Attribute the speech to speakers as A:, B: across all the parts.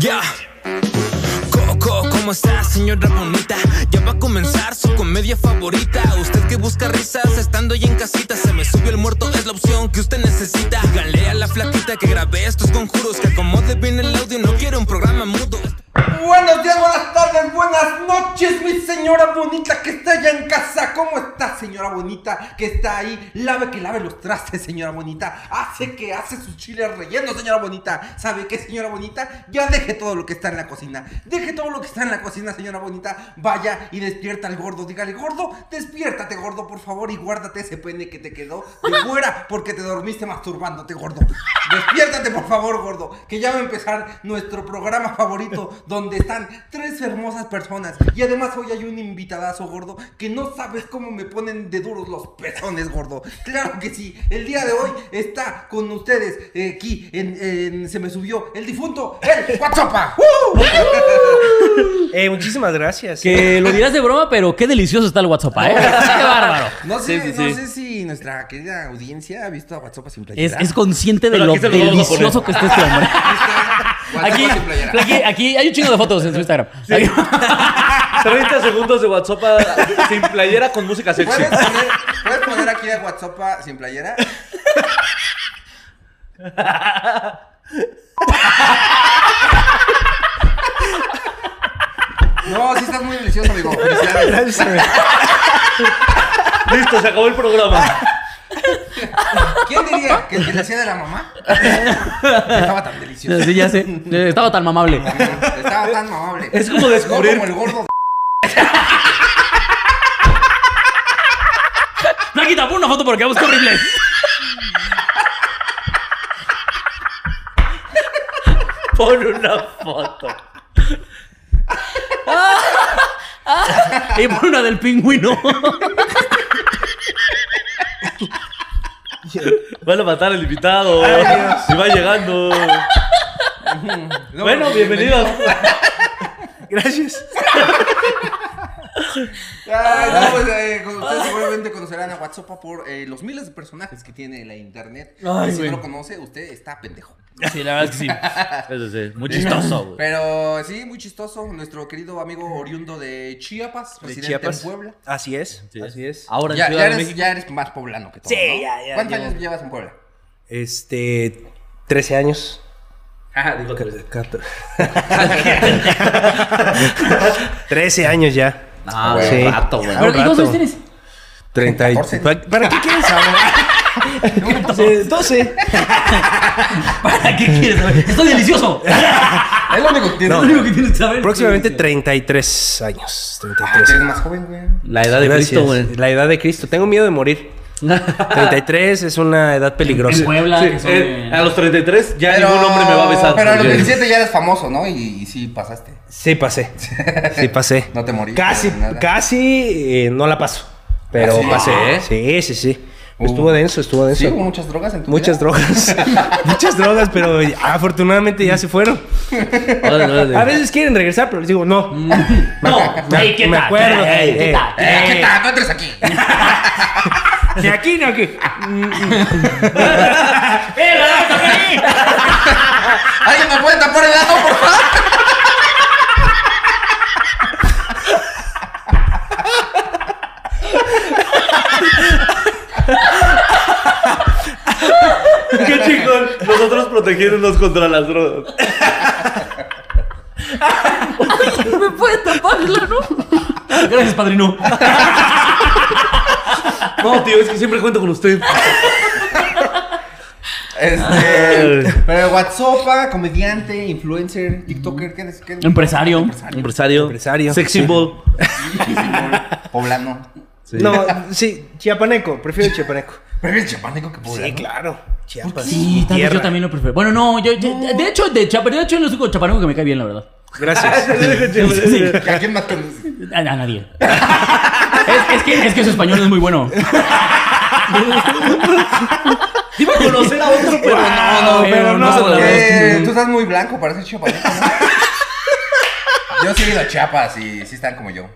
A: Ya. Coco, ¿cómo está, señora bonita? Ya va a comenzar su comedia favorita. Usted que busca risas estando y en casita. Se me subió el muerto, es la opción que usted necesita. Galea la flaquita que grabé estos conjuros. Que acomode bien el audio, no quiero un programa mudo.
B: Buenos días, buenas tardes, buenas noches, mi señora bonita que está allá en casa. ¿Cómo está, señora bonita que está ahí? Lave que lave los trastes, señora bonita. Hace que hace sus chiles rellenos, señora bonita. ¿Sabe qué, señora bonita? Ya deje todo lo que está en la cocina. Deje todo lo que está en la cocina, señora bonita. Vaya y despierta al gordo. Dígale, gordo, despiértate, gordo, por favor, y guárdate ese pene que te quedó de fuera porque te dormiste masturbándote, gordo. Despiértate, por favor, gordo, que ya va a empezar nuestro programa favorito donde están tres hermosas personas. Y además hoy hay un invitadazo, gordo, que no sabes cómo me ponen de duros los pezones, gordo. Claro que sí. El día de hoy está con ustedes eh, aquí en, en Se me subió el difunto, el Guachopa. ¡Uh!
C: Eh, muchísimas gracias.
D: Que lo dirás de broma, pero qué delicioso está el WhatsApp, ¿eh? ¡Qué bárbaro!
B: No sé,
D: Sí, sí,
B: no
D: sí.
B: sé si nuestra querida audiencia ha visto a Guachopa sin playera.
D: Es, es consciente de
C: Pero
D: lo
C: aquí se lo vamos a
D: delicioso que está este hombre.
B: Guachopa
D: Aquí,
B: sin playera.
D: aquí, aquí hay un chingo de fotos en su Instagram. Aquí-
C: 30 segundos de WhatsApp ah, sin playera con música sexy.
B: ¿Puedes poner, puedes poner aquí a Guachopa sin playera? No, sí estás muy delicioso, amigo. Felicidades.
C: Listo, se acabó el programa.
B: ¿Quién diría que el que le hacía de la mamá? Estaba tan delicioso.
D: Sí, ya sé. Eh, Estaba tan mamable.
B: Estaba tan amable.
C: Es como descubrir-
B: No como el gordo.
D: Plaquita, pon una foto porque vamos horribles.
C: Pon una foto.
D: Y pon una del pingüino.
C: Van a matar al invitado. Si va llegando.
B: No,
C: Bueno,
B: no,
C: bienvenidos.
E: Gracias.
B: Ay, no, pues, eh, con- ustedes seguramente conocerán a WhatsApp por eh, los miles de personajes que tiene la internet.
D: Ay,
B: y si
D: güey.
B: no lo conoce, usted está pendejo.
D: Sí, la verdad es que sí.
C: Eso sí, muy chistoso, güey.
B: Pero sí, muy chistoso. Nuestro querido amigo oriundo de Chiapas, residente en Puebla.
E: Así es,
C: Sí.
E: así es.
D: Ahora en
B: Ya,
D: Ciudad
B: ya
D: de
B: eres,
D: México.
B: ya eres más poblano que todo.
E: Sí,
B: ¿no?
E: ya, ya,
B: ¿Cuántos
E: ya.
B: años llevas en Puebla?
E: Este, 13 años.
B: Ajá,
E: 13 años ya.
D: Ah,
E: Sí.
D: un rato, güey.
E: Ah, un
D: Pero, ¿Y cuántos
E: rato.
D: años tienes?
E: 30 y...
B: 14.
E: ¿Para, para qué quieres saber? 12.
D: ¿Para qué quieres saber? ¡Está delicioso!
B: Es lo único que tienes.
D: Es lo único que tienes que saber.
E: Próximamente 33 años.
B: Ah, eres
E: 33.
B: más joven, güey.
C: La edad de
E: Gracias.
C: Cristo, güey.
E: La edad de Cristo. Tengo miedo de morir. 33 es una edad
D: En
E: peligrosa.
D: Puebla,
C: Sí,
D: que son,
C: eh,
D: eh,
C: a los 33 ya ningún hombre me va a besar.
B: Pero a los
C: Sí.
B: 27 ya eres famoso, ¿no? Y, y sí pasaste.
E: Sí pasé. Sí pasé.
B: No te moriste,
E: Casi,
B: nada.
E: casi eh, no la paso. Pero
B: ¿Ah, sí?
E: pasé. ¿eh? Sí, sí, sí.
B: Uh.
E: Estuvo denso, estuvo denso.
B: Sí, hubo muchas drogas en tu
E: Muchas
B: vida?
E: drogas. Muchas drogas, pero afortunadamente ya se fueron.
C: Órale, órale.
E: A veces quieren regresar, pero les digo, no.
D: No,
E: Me-
D: Mm. ey, ¿qué
E: me
D: tal?
E: acuerdo.
D: Ey, ¿qué
E: Ey,
D: tal?
B: Eh, ¿Qué tal? No entres aquí.
E: Ni aquí ni aquí.
D: ¡Eh, la dama toca ahí!
B: ¿Alguien me puede tapar el gato, por favor?
C: Qué chingón. Nosotros protegiéndonos contra las drogas.
D: ¿Me puede tapar la Gracias, padrino.
C: No, tío, es que siempre cuento con usted.
B: Este, pero WhatsApp, comediante, influencer, TikToker, ¿qué eres? ¿Qué eres?
D: Empresario.
C: Empresario.
E: Empresario.
C: Sex
E: Sí.
C: symbol.
B: Poblano.
E: No, sí, chiapaneco. Prefiero chiapaneco.
B: Pero eres chapaneco que poblano.
E: Sí, claro. Chiapas.
D: Sí, tal vez
E: Tierra.
D: yo también lo prefiero. Bueno, no, yo, yo- de hecho, de Chapa, de hecho, el único chapaneco que me cae bien, la verdad.
E: Gracias.
D: Sí.
B: ¿A quién más conoces?
D: A, a nadie. Es, es que, es que su español es muy bueno.
C: Iba a conocer a otro, pero no, no.
D: pero no,
C: se la
D: eh.
C: ves.
B: Eh, tú estás muy blanco, pareces chapaneco, ¿no? Yo sí he ido a Chiapas y sí están como yo.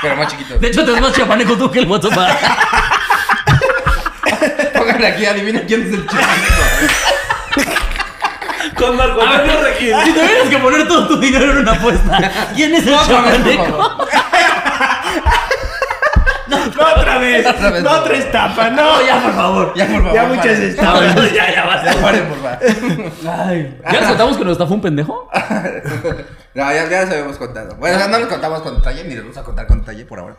B: Pero más chiquitos.
D: De hecho, te ves más chapaneco tú que el WhatsApp.
B: Pónganle aquí, adivina quién es el chapaneco.
C: Con Marco
D: A
C: Antonio
D: ver,
C: Regil.
D: Si tuvieras que poner todo tu dinero en una apuesta, ¿quién es el chapaneco?
F: No otra vez.
B: Otra vez,
F: No
B: no.
F: otra etapa, no.
D: No, ya, por favor.
B: Ya, por favor.
F: Ya muchas
B: paren.
F: estaban.
D: ya, ya,
B: Ya,
D: basta.
B: paren, por favor.
D: Ay, ¿Ya nos contamos que nos estafó un pendejo?
B: No, ya, ya les habíamos contado. Bueno, ya no les contamos con detalle, ni les vamos a contar con detalle por ahora.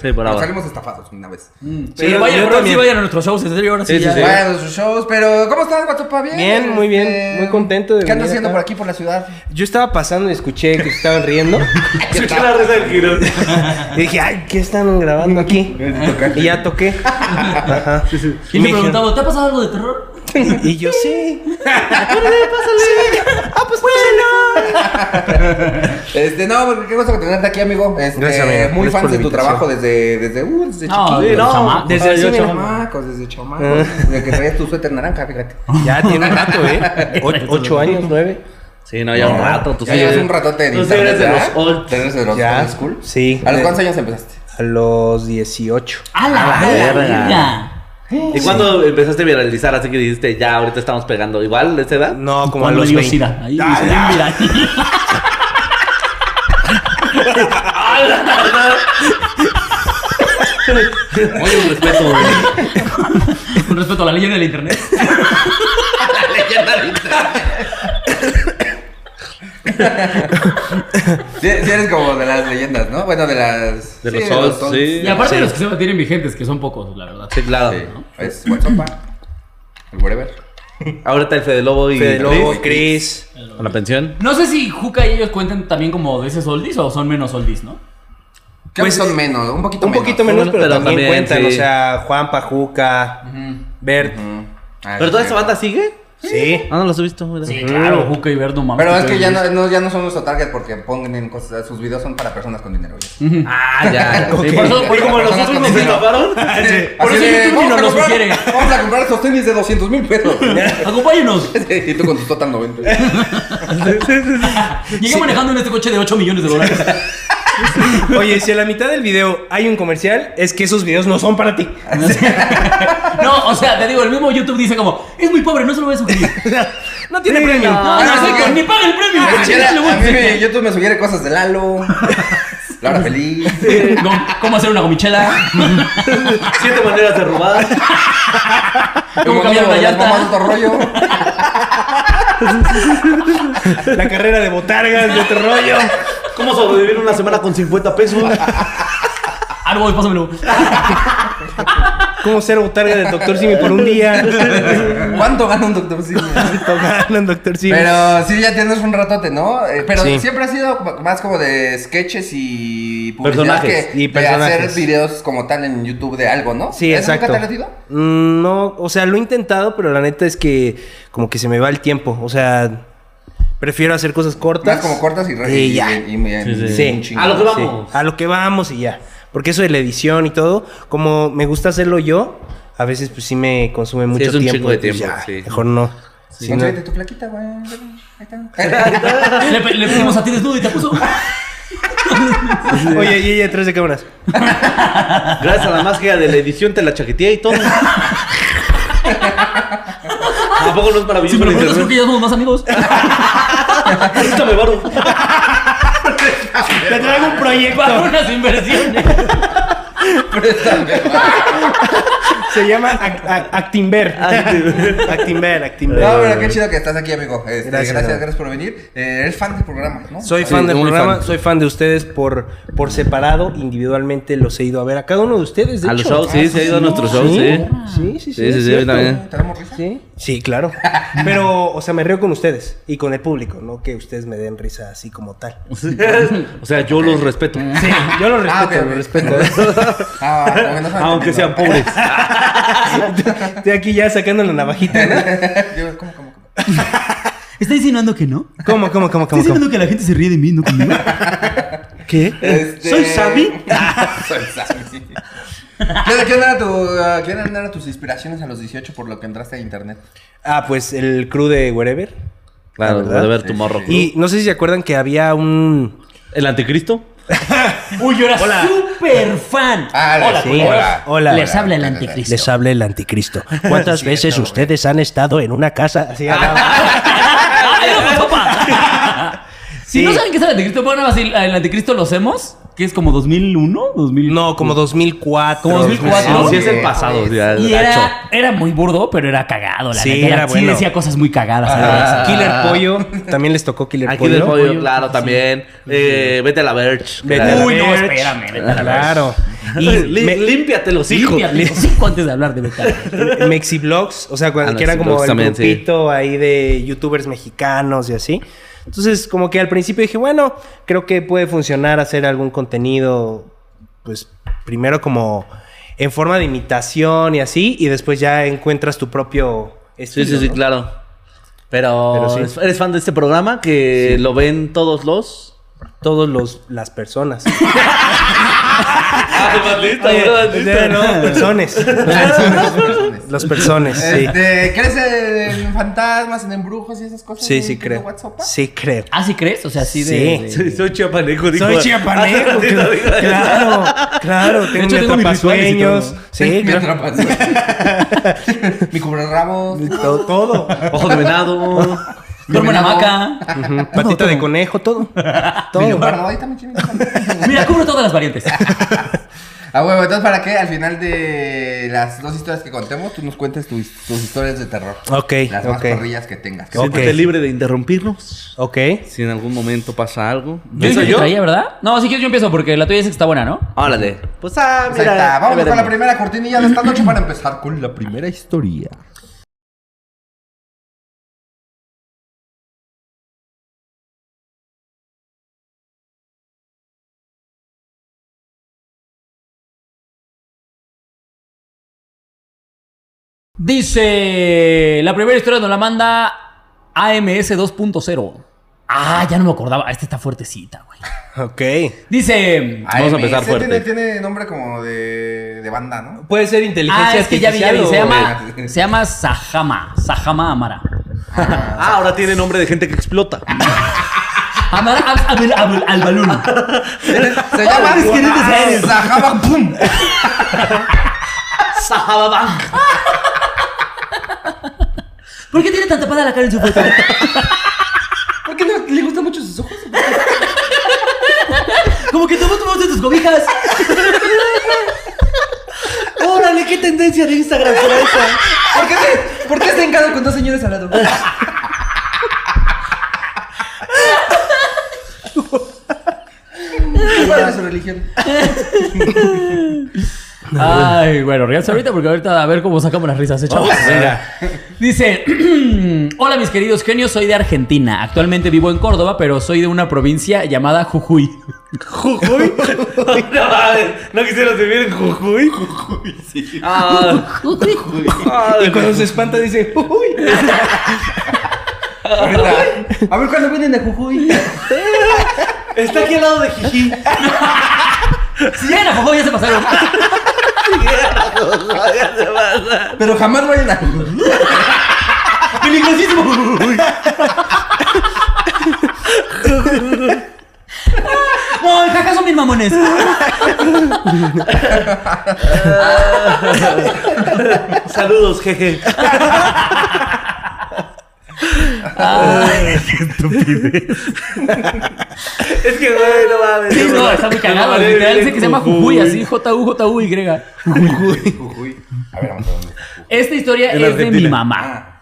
E: Sí, por
B: Nos
E: ahora.
B: salimos estafados una vez.
D: Pero
E: yo-
D: vayan,
E: yo
D: ahora sí
E: también.
D: vayan a nuestros shows, en serio, ahora sí.
E: Sí, sí,
D: ya.
E: sí.
B: Vayan a sus shows, pero ¿cómo estás, Guatopa? Bien.
E: Bien, muy bien,
B: este,
E: muy contento de
B: ¿Qué andas
E: venir
B: haciendo
E: acá.
B: por aquí, por la ciudad?
E: Yo estaba pasando y escuché que se estaban riendo.
C: Escuché la risa del girón.
E: y dije, ay, ¿qué están grabando aquí? y ya toqué. Ajá.
D: Y me
E: dijeron-
D: preguntaba, ¿te ha pasado algo de terror?
E: Y yo, sí.
B: Este, no, porque qué gusto tenerte aquí, amigo. Este,
E: Gracias, amigo.
B: Muy
E: Gracias
B: fan
E: por la
B: de tu
E: invitación.
B: trabajo desde, desde, uh, desde
D: No,
B: chiquillo.
D: sí, no.
E: Desde
B: Desde
E: así, mira.
B: chamacos, desde chamacos. Desde que traías tu suéter naranja, fíjate.
C: Ah,
E: Ya tiene un rato, ¿eh? O- ocho años, nueve.
C: Sí, no, ya un rato. Tú
B: ya
C: sí
B: llevas
C: eres-
B: un ratote en
C: Tú sí
B: internet,
C: eres de
B: ¿verdad?
C: los old.
B: ¿Tú eres de los
E: Ya.
B: old school?
E: Sí.
B: ¿A los cuántos años empezaste?
E: A los Ah, 18.
D: ¡A la,
C: A la verga.
D: verga!
C: ¿Y cuándo empezaste a viralizar? Así que dijiste, ya, ahorita estamos pegando. ¿Igual de esa edad?
E: No, como a
D: Cuando
E: los Ah,
D: dio
E: 20.
D: sida. Ahí se dio un viral.
C: Oye, un respeto, güey.
D: Con respecto a la leyenda del internet.
B: Sí, sí eres como de las leyendas, ¿no? Bueno, de las...
C: De
B: sí,
C: los old,
B: old.
C: sí.
D: Y aparte los que se mantienen vigentes, que son pocos, la verdad.
C: Sí, claro.
B: Sí. Es Guatopa. El whatever.
C: Ahorita el Fede Lobo y
E: Fede
C: Chris,
E: Lobo, Chris.
C: con la pensión.
D: No sé si Juca y ellos cuentan también como de ese soldis o son menos soldis, ¿no?
B: ¿Qué
E: Pues,
B: son
E: eh,
B: menos? Un poquito
E: Un
B: menos.
E: poquito menos, pero,
C: Pero
E: también,
C: también,
E: cuentan.
C: sí.
E: O sea, Juan Pajuca, Bert.
B: Mm. Ah,
C: ¿Pero toda
B: sí.
C: esa banda sigue?
E: Sí.
C: Ah, no los he visto. mira.
D: claro, Juca y Verdo, mamá.
B: Pero es que ya no, no- ya no son nuestro target porque ponen cosas, sus videos son para personas con dinero. ya.
C: Ah, ya.
E: Ok.
C: Sí, por eso, por como nosotros
B: Personas con
C: nos
B: dinero.
C: estafaron.
D: Por
B: Así
D: eso
B: de,
D: YouTube
B: vamos
D: ni nos
B: a
D: lo
B: comprar-
D: sugiere.
B: Vamos a comprar estos tenis de 200 mil pesos.
D: Acompáñenos.
B: y tú con tus total 90.
D: Llegué manejando en este coche de 8 millones de dólares.
E: Oye, si a la mitad del video hay un comercial, es que esos videos no son para ti.
D: No, o sea, te digo, el mismo YouTube dice como, es muy pobre, no se lo voy a sugerir.
E: No tiene premio.
D: No, no,
B: Ah,
D: soy
B: sí,
D: con-
B: que-
D: ni paga el premio.
B: Me sugiere-
D: Chingale,
B: a
D: güey.
B: mí me- YouTube me sugiere cosas de Lalo, Laura Feliz.
D: Como- ¿Cómo hacer una gomichela?
C: Siete maneras de robar.
D: ¿Cómo cambiar una llanta?
B: otro rollo.
E: La carrera de botargas, de otro rollo.
C: ¿Cómo sobrevivir una semana con 50 pesos?
D: Ah, no, voy, pásamelo.
E: Cómo ser botarga del doctor Simi por un día.
B: ¿Cuánto gana un doctor Simi?
E: Ganan, doctor Simi.
B: Pero sí, ya tienes un ratote, ¿no? Eh, pero
E: Sí.
B: siempre ha sido como- más como de sketches y publicidad
E: Personajes,
B: que
E: y
B: de
E: personajes.
B: hacer videos como tal en YouTube de algo, ¿no?
E: Sí,
B: ¿Eso
E: exacto.
B: ¿Nunca te ha latido?
E: Mm, No, o sea, lo he intentado, pero la neta es que como que se me va el tiempo. O sea, prefiero hacer cosas cortas.
B: Más como cortas y re-
E: Y
B: y-
E: ya.
B: y- y me-
E: sí.
B: un
E: Sí.
B: chingo.
C: A lo que
E: Sí,
C: vamos.
E: a lo que vamos y ya. Porque eso de la edición y todo, como me gusta hacerlo yo, a veces pues sí me consume mucho
C: es un
E: tiempo.
C: chingo de
E: y, pues,
C: tiempo,
E: ya,
C: sí.
E: Mejor no. Si no-
B: Consíguete tu plaquita, güey. Ahí está.
D: Le, pe- le pedimos a ti desnudo y te puso.
E: Oye, y ella detrás de cámaras.
C: Gracias a la magia de la edición te la chaqueteé y todo. ¿A poco no es
D: Si
C: maravilloso?
D: me lo
C: el internet? Ah,
D: preguntas, creo que ya somos más amigos.
C: Ahorita me varo.
E: Te traigo un
D: Para
E: proyecto.
D: unas inversiones.
E: Se llama Ac- Ac- Actinver.
C: Ah,
E: Actinver, Actinver.
B: No, pero qué chido que estás aquí, amigo. Este, gracias,
E: Gracias,
B: gracias,
E: amigo.
B: por venir. Eh, eres fan del programa, ¿no?
E: Soy
B: Sí,
E: fan del
B: muy
E: programa, soy fan de ustedes por, por separado, individualmente los he ido a ver a cada uno de ustedes. De
C: A los
E: hecho.
C: shows, sí, se ha ido a nuestros shows, sí.
E: Sí, sí, sí.
C: Sí, sí,
E: es
C: sí,
E: cierto.
C: también.
B: ¿Tenemos risa?
E: Sí, sí, claro. Pero, o sea, me río con ustedes y con el público, no que ustedes me den risa así como tal.
C: O sea, yo los respeto.
E: Sí, yo lo respeto,
B: Ah, ok, ok.
E: lo respeto.
B: Ah, como que no saben
C: Aunque sean
B: tanto.
C: pobres.
E: Estoy aquí ya sacando la navajita, ¿no?
B: Yo, ¿Cómo, cómo, cómo?
D: ¿Está insinuando que no?
E: ¿Cómo, cómo, cómo, cómo? cómo?
D: que la gente se ríe de mí, no conmigo?
E: ¿Qué?
B: Este-
C: ¿Soy Sammy?
B: Soy Sammy. ¿Quién, quién era tu, ah, quién eran tus inspiraciones a los 18 por lo que entraste a internet?
E: Ah, pues el crew de Wherever.
C: Claro,
E: ¿Verdad?
C: de ver tu morro.
E: Y no sé si se acuerdan que había un...
C: ¿El anticristo?
D: Uy, yo era súper fan.
B: Ah,
D: hola,
E: sí.
D: culero.
E: hola. Hola.
D: Les habla el anticristo.
E: Les habla el anticristo. ¿Cuántas
B: Sí,
E: veces
B: no, güey.
E: ustedes han estado en una casa? Así hablaba.
D: Ah, ¡Ay, no, papá! Si
E: Sí.
D: no saben qué es el anticristo, bueno, así, el anticristo lo hacemos, que es como 2001, 2000.
E: No, como 2004.
D: Como 2004.
C: No,
D: No,
C: sí es el pasado. ya,
D: Y
C: gacho.
D: era, era muy burdo, pero era cagado, la
E: Sí,
D: neta.
E: era
D: sí
E: bueno.
D: decía cosas muy cagadas. ¿sabes?
E: Killer Pollo. Ah. También les tocó Killer
C: Aquí
E: Pollo.
C: del pollo, claro, también. Eh, vete a la Verge.
E: Vete
C: Claro.
E: a la
D: Uy, no,
E: Verge.
D: espérame, vete a la
E: Claro.
C: Y
E: Y me-
C: límpiate los hijos.
D: Límpiate los hocico antes de hablar de metal.
E: Mexiblogs, o sea, cuando,
C: Ah,
E: que eran como
C: Mexiblogs
E: el
C: también, sí.
E: grupito ahí de youtubers mexicanos y así. Entonces, como que al principio dije, bueno, creo que puede funcionar hacer algún contenido, pues, primero como en forma de imitación y así, y después ya encuentras tu propio
C: Sí,
E: estilo.
C: sí, sí,
E: ¿no?
C: claro. Pero,
E: Pero sí.
C: ¿eres- eres fan de este programa que lo ven todos los.
E: Todos los las personas.
C: Ah, Oye,
E: Los personas. Los personas, sí.
B: Este, ¿Crees en fantasmas, en embrujos y esas cosas?
E: Sí,
B: de-
E: sí
B: de
E: creo.
B: WhatsApp?
E: Sí creo.
D: ¿Ah, sí crees? O sea, así de.
E: Sí.
D: de-
C: Soy- Soy chiapaneco, dijo.
E: Soy chiapaneco.
C: Hace ratito dijo-
E: Claro, claro. Tengo,
D: hecho,
E: mi
D: tengo mis
E: atrapasueños. Sí,
B: Me
E: claro.
B: atrapas.
G: Mi cobrarrabos.
E: Todo. todo.
C: Ojo de venado.
D: Duermo en hamaca.
E: Patita de conejo, todo.
B: Mi
E: Todo.
B: leopardo, ahí también chingada.
D: Mira, cubro todas las variantes.
B: A huevo, entonces para que al final de las dos historias que contemos, tú nos cuentes tus, tus historias de terror.
E: Ok,
B: Las
E: ok.
B: más parrillas que tengas.
E: Ok.
C: Siéntete libre de interrumpirnos.
E: Ok.
C: Si en algún momento pasa algo.
D: Yo dije que traía, ¿verdad? No, si quieres yo empiezo porque la tuya dice que está buena, ¿no?
C: Órale. Pues ah,
B: Pues ahí
C: mira.
B: está,
C: ya
B: Vamos con
C: veremos.
B: la primera cortinilla de esta noche para empezar con la primera historia.
D: Dice, la primera historia nos la manda AMS 2.0. Ah, ya no me acordaba. Esta está fuertecita, güey.
E: Ok.
D: Dice...
C: Vamos a empezar
B: Ese Tiene,
C: fuerte.
B: tiene nombre como de, de banda, ¿no?
E: Puede ser
D: Ah,
E: inteligencia
D: es que ya vi, ya vi. Se
E: artificial o-
D: llama, se llama Sajama. Sajama Amara.
C: Ah, ahora tiene nombre de gente que explota.
D: Amara al, al, al, al balón.
B: Se llama Sajaba Pum.
D: ¿Por qué tiene tan tapada la cara en su foto?
G: ¿Por qué no le gustan mucho sus ojos?
D: Como que tomó tu voz de tus cobijas.
C: Órale, qué tendencia de Instagram por eso.
G: ¿Por qué se, por qué se encaran con dos señores al lado?
B: ¿Cuál era su religión?
D: Ay, bueno, ríanse ahorita porque ahorita a ver cómo sacamos las risas, ¿eh, chavos?
E: Ah.
D: Dice, hola mis queridos genios, soy de Argentina. Actualmente vivo en Córdoba, pero soy de una provincia llamada Jujuy.
C: ¿Jujuy? no, mames, ¿no quisieras vivir en Jujuy? Jujuy, sí. Ah, ah,
E: Y cuando se espanta dice, uy.
G: A ver cuándo vienen de Jujuy.
C: Está aquí al lado de Jiji.
D: Si llegan a Jujuy ya se pasaron.
G: Pero jamás vayan a Jujuy.
D: Peligrosísimo. No, el jaja son bien mamones.
C: Saludos, jeje. Ah. Es que, güey, no mames.
D: Sí, no, está muy cagado.
C: No,
D: Literal dice que se llama Jujuy,
C: Jujuy.
D: así J-U-J-U-Y.
B: Jujuy. A ver, vamos a ver.
D: Esta historia
C: En
D: es de mi
C: Argentina.
D: mamá.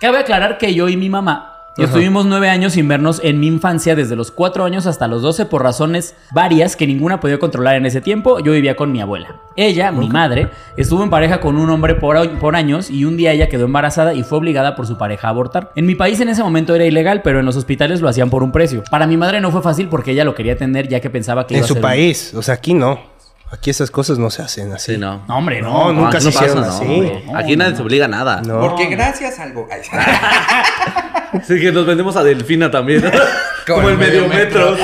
D: Cabe aclarar que yo y mi mamá estuvimos nueve años sin vernos en mi infancia, desde los cuatro años hasta los doce, por razones varias que ninguna podía controlar en ese tiempo. Yo vivía con mi abuela. Ella, mi madre, estuvo en pareja con un hombre por, a- por años y un día ella quedó embarazada y fue obligada por su pareja a abortar. En mi país en ese momento era ilegal, pero en los hospitales lo hacían por un precio. Para mi madre no fue fácil porque ella lo quería tener ya que pensaba que iba
E: En
D: a
E: su
D: ser-
E: país. O sea, aquí no. Aquí esas cosas no se hacen así.
C: Sí, no.
D: No, hombre, no.
E: No, nunca
C: aquí
E: se hicieron
C: pasa,
E: así.
C: no, güey. aquí nadie se obliga a nada.
E: No.
G: Porque gracias a algo. Ay,
C: Así que nos vendemos a Delfina también. Como el medio metro.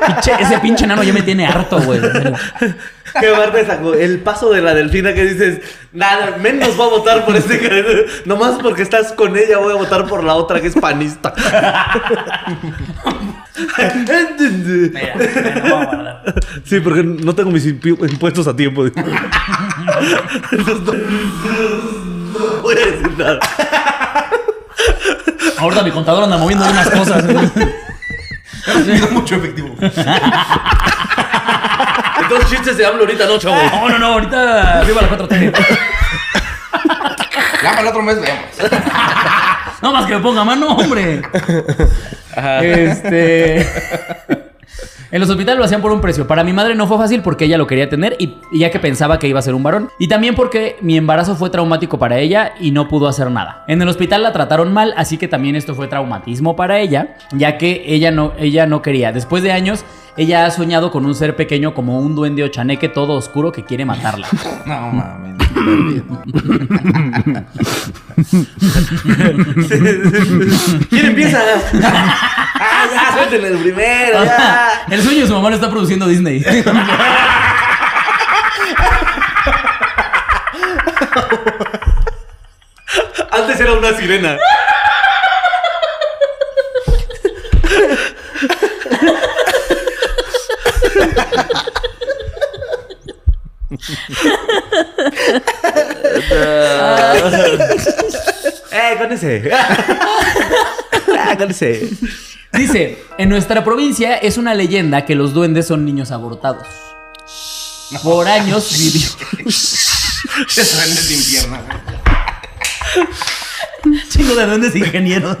D: Pinche- ese pinche nano ya me tiene harto, güey. en serio.
C: Que aparte sacó el paso de la delfina que dices, nada, menos voy a votar por este candidato. Nomás porque estás con ella voy a votar por la otra que es panista. sí, porque no tengo mis impu- impuestos a tiempo. dijo. Entonces, no, no voy a decir nada.
D: Ahorita mi contador anda moviendo unas cosas.
B: He recibido mucho efectivo.
C: Entonces chistes de hablo ahorita, no, chavo.
D: Oh, No, no, no, ahorita viva la 4T.
B: Ya para el otro mes vemos.
D: No más que me ponga mano, hombre. Este. En los hospitales lo hacían por un precio. Para mi madre no fue fácil porque ella lo quería tener y y ya que pensaba que iba a ser un varón. Y también porque mi embarazo fue traumático para ella y no pudo hacer nada. En el hospital la trataron mal, así que también esto fue traumatismo para ella, ya que ella no, ella no quería. Después de años, ella ha soñado con un ser pequeño como un duende o chaneque todo oscuro que quiere matarla.
B: No mames. no te ríes.
C: ¿Quién empieza? ah, ya, suelten el primero, ya.
D: El sueño de su mamá lo está produciendo Disney.
C: Antes era una sirena. eh, con ese. Ah, con ese.
D: Dice, en nuestra provincia es una leyenda que los duendes son niños abortados. Por años vivió...
B: Te sueles sin piernas.
D: Chingo de duendes ingenieros.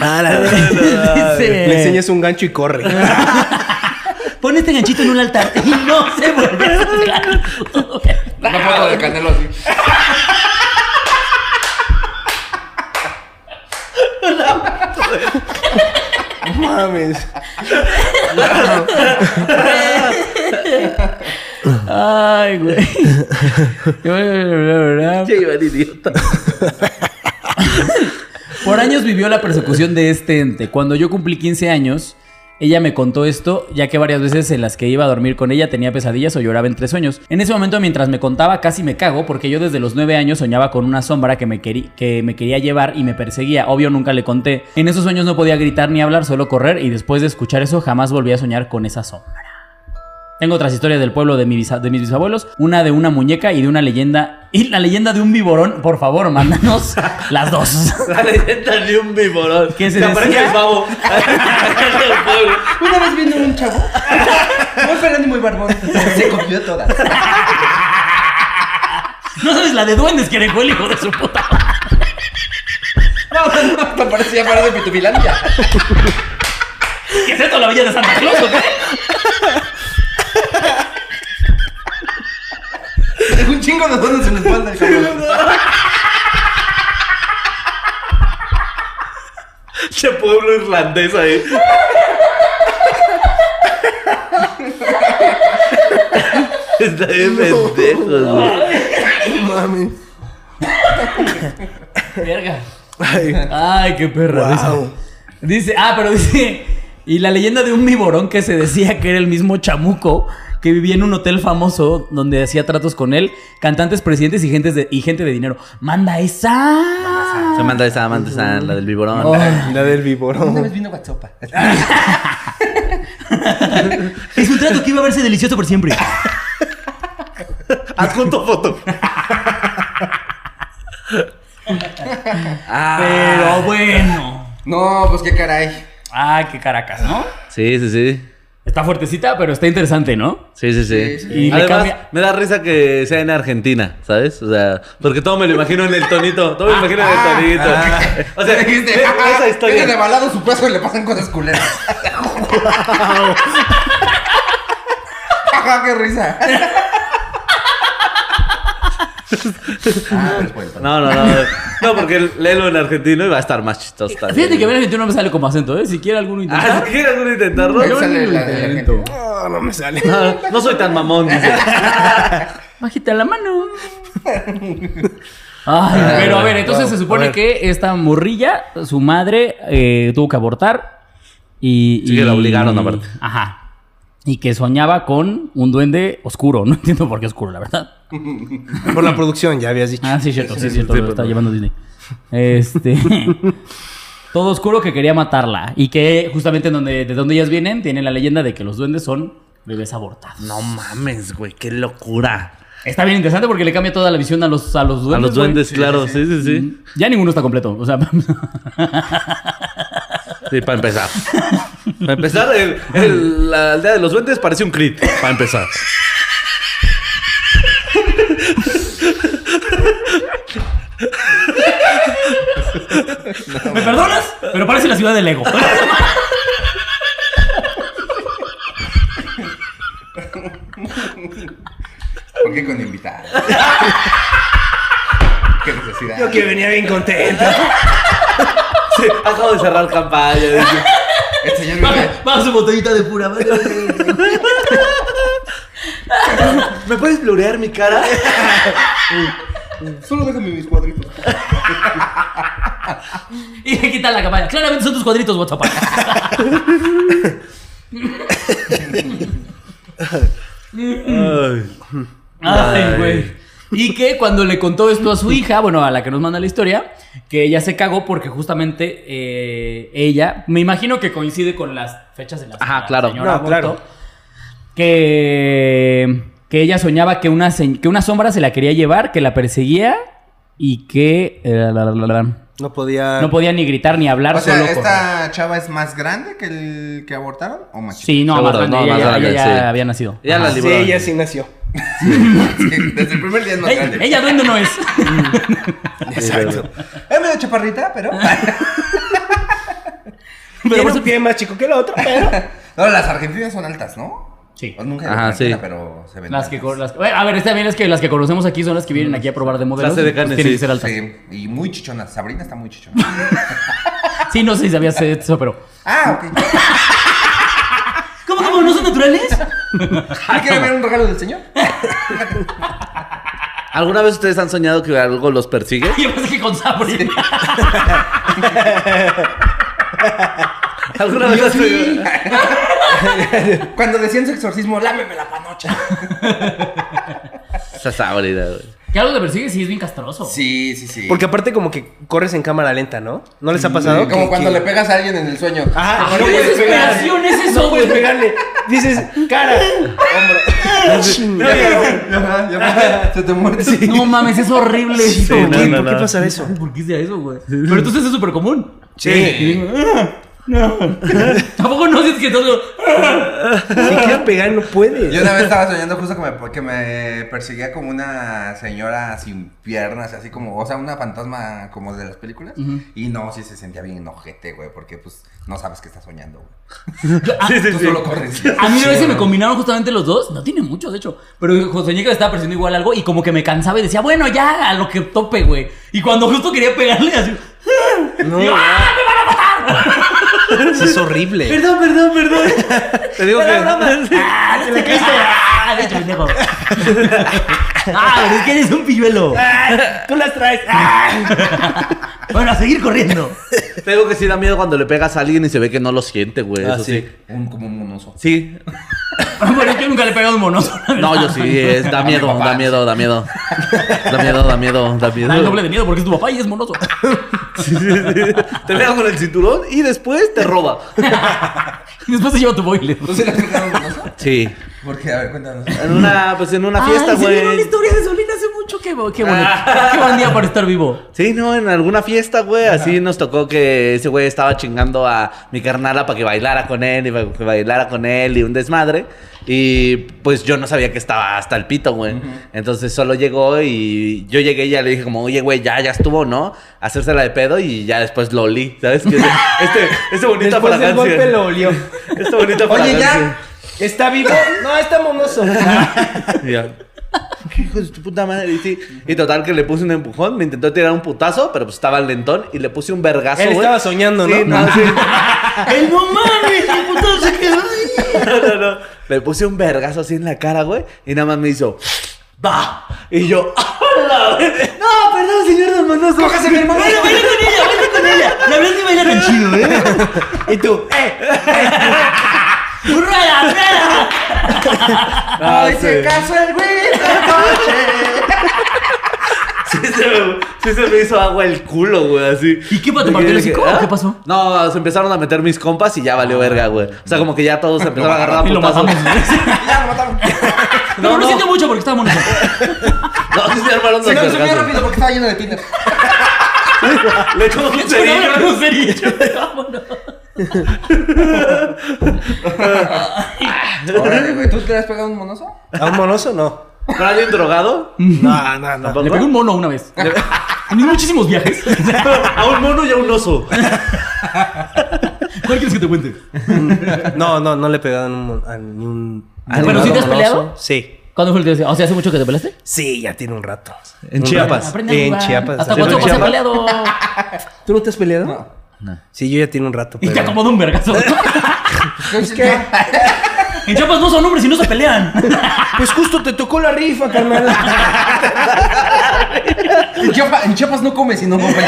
E: Ah, la-
D: Dice,
E: Le enseñas un gancho y corre.
D: Pon este ganchito en un altar y no se vuelve a acercar.
B: Una foto de Canelo así.
E: No mames.
D: Ay, güey. Por años vivió la persecución de este ente. Cuando yo cumplí 15 años, ella me contó esto, ya que varias veces en las que iba a dormir con ella tenía pesadillas o lloraba entre sueños. En ese momento, mientras me contaba, casi me cago, porque yo desde los 9 años soñaba con una sombra que me, querí- que me quería llevar y me perseguía. Obvio, nunca le conté. En esos sueños no podía gritar ni hablar, solo correr, y después de escuchar eso, jamás volví a soñar con esa sombra. Tengo otras historias del pueblo de, mi bisa- de mis bisabuelos, una de una muñeca y de una leyenda. Y la leyenda de un viborón, por favor, mándanos las dos.
C: La leyenda de un biborón.
D: ¿Qué se
C: Te aparece
D: decía?
C: el pavo.
G: Una vez viendo un chavo, muy pelón y muy barbón, se cogió todas.
D: No sabes la de duendes que dejó el hijo de su puta. madre.
B: Hasta parecía parado de Pitufilandia.
D: ¿Qué es esto, la villa de Santa Claus o qué?
B: Dejó un chingo de duendes en la espalda el cabrón.
C: Che pueblo irlandés ahí. Está bien pendejo, güey.
E: Mames.
D: Verga.
E: Ay.
D: Ay, qué perra.
E: Wow.
D: Dice, dice- ah, pero dice, y la leyenda de un viborón que se decía que era el mismo chamuco que vivía en un hotel famoso donde hacía tratos con él, cantantes, presidentes y, gentes de, y gente de dinero. ¡Manda esa!
C: Se manda esa, manda esa, la del biborón.
D: Oh,
E: La del
G: Una
E: viborón.
G: vez viendo WhatsApp.
D: es un trato que iba a verse delicioso por siempre.
C: Adjunto foto. Ah.
D: Pero bueno.
B: No, pues qué caray.
D: Ah, qué caracas, ¿no?
C: Sí, sí, sí.
D: Está fuertecita, pero está interesante, ¿no?
C: Sí, sí, sí.
B: Sí, sí.
D: Y le
C: Además,
D: cambia-
C: me da risa que sea en Argentina, ¿sabes? O sea, porque todo me lo imagino en el tonito. Todo me lo imagino en
B: Ah,
C: el tonito. O sea,
B: dijiste,
C: ve- ve
B: ah,
C: esa
B: Tiene de
C: historia.
B: balado su peso y le pasan cosas culeras. Ajá, qué risa. Ah, pues, bueno.
C: No, no, no. No, porque léelo en argentino y va a estar más chistoso. también.
D: Fíjate que a ver, Argentina no me sale como acento, ¿eh? Si quiere alguno
C: Ah,
D: intentar.
C: si quieres uno intentarlo.
B: Ahí sale la de la gente.
E: No, no me sale.
C: No, no soy tan mamón, dice.
D: Bajita la mano.
C: Ah,
D: Ay, pero a ver, entonces se supone que esta morrilla, su madre, eh, tuvo que abortar. Y,
C: Sí,
D: y-
C: que la obligaron a abortar.
D: Ajá. Y que soñaba con un duende oscuro. No entiendo por qué oscuro, la verdad.
E: Por la producción, ya habías dicho.
D: Ah, sí, cierto, sí, cierto.
C: sí,
D: lo
C: pero
D: está
C: no.
D: llevando Disney. Este. todo oscuro que quería matarla. Y que justamente en donde, de donde ellas vienen, tienen la leyenda de que los duendes son bebés abortados.
C: No mames, güey, qué locura.
D: Está bien interesante porque le cambia toda la visión a los, a los duendes.
C: A los
D: güey.
C: duendes, claro, sí, sí, sí.
D: Ya ninguno está completo. O sea,
C: Sí, para empezar. Para empezar, el, el- la aldea de los duendes parece un crit. Para empezar.
D: ¿me perdonas? Pero parece la ciudad de Lego.
B: ¿Por qué con invitados? qué necesidad.
E: Yo que venía bien contento.
C: Sí, acabo de cerrar campaña. dice.
B: El señor vive.
D: Baja su botellita de pura.
C: ¿Me puedes blurear mi cara?
B: Solo déjame mis cuadritos.
D: Y le quitan la campaña. Claramente son tus cuadritos, WhatsApp.
C: Ay.
D: Ay, güey. Y que cuando le contó esto a su hija, bueno, a la que nos manda la historia, que ella se cagó porque justamente eh, ella, me imagino que coincide con las fechas de la
C: Ajá,
D: la
C: claro.
D: señora
E: No,
D: Aborto,
E: claro.
D: Que, que ella soñaba que una, se- que una sombra se la quería llevar, que la perseguía y que eh, la, la, la, la,
E: No podía.
D: no podía ni gritar ni hablar.
B: O sea,
D: solo correr.
B: ¿esta chava es más grande que el que abortaron? ¿O más
D: Sí, no, más
C: Seguro,
D: grande,
C: no,
D: ella,
C: más
D: ya-
C: grande,
D: ella
C: sí.
D: ya había nacido.
C: Ah, Ya la
E: Ah, sí,
C: libró.
E: ella sí nació.
B: chica? Desde el primer día es más
D: Ey,
B: grande.
D: ella duende no es.
B: Exacto. Es Eh, medio chaparrita, pero.
D: Ah.
E: Pero
D: por
E: un pie más chico que el otro, pero.
B: No, las argentinas son altas, ¿no?
D: Sí.
B: O Nunca he
C: Ajá,
B: visto argentina,
C: sí.
B: pero se ven.
D: Las que,
B: altas.
D: co- las que- bueno, a ver, también es que las que conocemos aquí son las que vienen aquí a probar de modelos.
C: Clase de
D: y, pues,
C: carne,
D: tienen
C: sí.
D: que ser altas. Sí.
B: Sí, y muy chichona. Sabrina está muy chichona.
D: no sé si sabías eso, pero.
B: Ah, ok.
D: ¿Cómo, cómo? ¿No son naturales?
B: ¿Ah, ¿Quiere ver un regalo del señor?
C: ¿Alguna vez ustedes han soñado que algo los persigue?
D: Yo pensé que con Sabri.
C: ¿Alguna vez has soñado?
B: Cuando decían su exorcismo, lámeme la panocha.
C: Esa sabrina, güey.
D: Que algo te persigue sí es bien castroso.
B: Sí, sí, sí.
E: Porque aparte, como que corres en cámara lenta, ¿no? ¿No les ha pasado?
B: Sí, como
E: Que-
B: cuando
E: que-
B: le pegas a alguien en el sueño.
E: Ajá,
D: ¡Qué
E: no puedes pegarle.
D: desesperación es eso,
E: No puedes
D: güey!
E: pegarle. Dices, cara, hombre.
B: Ajá, ya ves, se te muere.
D: No mames, es horrible eso.
C: no,
D: güey.
C: no,
E: ¿Por qué
C: no.
E: pasa eso?
D: ¿Por qué sea eso, güey? Pero entonces es súper común.
E: Sí.
D: Tampoco no sientes que todo.
E: Si quieres pegar, no
B: Yo
E: puedes.
B: una vez estaba soñando justo que me, que me perseguía como una señora sin piernas, así como, o sea, una fantasma como de las películas. Y no, sí se sentía bien enojete, güey, porque pues no sabes qué estás soñando, güey.
C: Sí, sí,
B: Tú
C: sí.
B: solo corres.
D: A mí una vez se me combinaron justamente los dos. No tiene mucho, de hecho. Pero José Ñeca estaba persiguiendo igual algo y como que me cansaba y decía, bueno, ya, a lo que tope, güey. Y cuando justo quería pegarle, así.
E: No,
D: digo, ¡ah!
E: eso es horrible.
C: Perdón, perdón, perdón. Te digo que.
D: ¡Ah! ¡Se le caíste! ¡Ah! ¡De hecho, pendejo! ¡Ah! Pero es que eres un pilluelo.
E: Tú las traes.
D: Bueno, a seguir corriendo.
C: Te digo que sí da miedo cuando le pegas a alguien y se ve que no lo siente, güey.
E: Ah,
C: Eso sí.
B: Un, como un monoso.
C: Sí.
D: Bueno, yo nunca le he pegado un monoso. la
C: No, yo
D: verdad.
C: sí. es- da miedo,
B: papá.
C: da miedo, da miedo. Da miedo, da miedo, da
D: Da el doble
C: miedo.
D: de miedo porque es tu papá y es monoso.
C: Sí, sí, sí. Te pega con el cinturón y después te roba.
D: Y después se lleva tu boiler.
B: ¿Tú sí le has pegado un monoso?
C: Sí.
B: Porque, a ver, cuéntanos.
C: En una, pues en una fiesta,
D: Ay, se vieron
C: güey. Ah.
D: una historia de Solín hace mucho. Qué, bo- qué bonito. Qué buen día para estar vivo.
C: Sí, no, en alguna fiesta, güey, así nos tocó que ese güey estaba chingando a mi carnala para que bailara con él y para que bailara con él y un desmadre. Y pues yo no sabía que estaba hasta el pito, güey. Entonces solo llegó y yo llegué y ya le dije como, oye, güey, ya, ya estuvo, ¿no? Hacérsela de pedo y ya después lo olí, ¿sabes? Que este, este bonita
E: Después del
C: fragancia.
E: golpe lo olió.
C: Esta bonita
E: Oye,
C: fragancia.
E: ya. ¿Está vivo? No, está monoso.
C: Y ya. "Qué hijo de tu puta madre. Y, sí. Y total que le puse un empujón, me intentó tirar un putazo, pero pues estaba lentón y le puse un vergazo.
E: Él
C: güey.
E: estaba soñando, ¿no? Ah,
C: Sí, no, sí.
D: ¡El no mames! ¡El puto se quedó ahí!
C: No, no, no. Le puse un vergazo así en la cara, güey. Y nada más me hizo. ¡Va! Y yo. ¡Hala! güey! No, perdón, señor Don Monoso.
B: ¡Cógase mi hermano!
D: ¡Baila, baila con ella! ¡Baila con ella! La verdad sí baila tan chido, ¿eh?
E: Y tú, eh.
D: ¡Rueda, rueda!
C: Ah,
B: ¡Ay, se
C: sí.
B: casó el güey!
C: Sí se, me, sí se me hizo agua el culo, güey, así.
D: ¿Y qué, te partió el hocico o qué pasó?
C: "Ah". No, se empezaron a meter mis compas y ya valió verga, güey. O sea, como que ya todos se empezaron a agarrar a
D: Y lo
C: putazos.
D: matamos.
B: ¡Ya lo mataron!
D: No,
C: No,
D: no,
C: no.
D: siento mucho porque estaba bonito.
C: No, sí se armaron
B: Se
C: los
B: me subió
C: vergazos.
B: rápido porque estaba lleno de Tinder.
C: Le echó un cerillo.
D: Pero no sería yo, vámonos.
B: Órale, güey. ¿Tú te le has pegado un monoso?
E: ¿A un monoso no?
C: ¿No alguien drogado?
E: Mm, No, no, no.
C: ¿Tampoco?
D: Le pegué un mono una vez. En mis muchísimos viajes.
C: A un mono y a un oso.
D: ¿Cuál quieres que te cuente?
E: No, no, no le he pegado a, un mon- a ni un.
C: Ah,
E: ni
C: ¿pero
E: un
C: sí te
D: has
E: monoso.
D: peleado?
E: Sí.
D: ¿Cuándo fue el día? O sea, ¿hace mucho que te peleaste?
E: Sí, ya tiene un rato.
C: En
E: Un
C: Chiapas.
E: rato.
D: Aprende a
E: En
D: jugar.
E: Chiapas.
D: ¿Hasta
E: así
D: cuánto
E: en
D: se ha
E: Chiapas.
D: peleado?
E: ¿Tú no te has peleado?
B: No.
E: Sí, yo ya tiene un rato.
D: Y te
E: pero-
D: acomodo un vergazo.
B: Es que.
D: En Chiapas no son hombres y no se pelean.
E: Pues justo te tocó la rifa, carnal.
B: En Chiapas, en Chiapas no comes y no comes.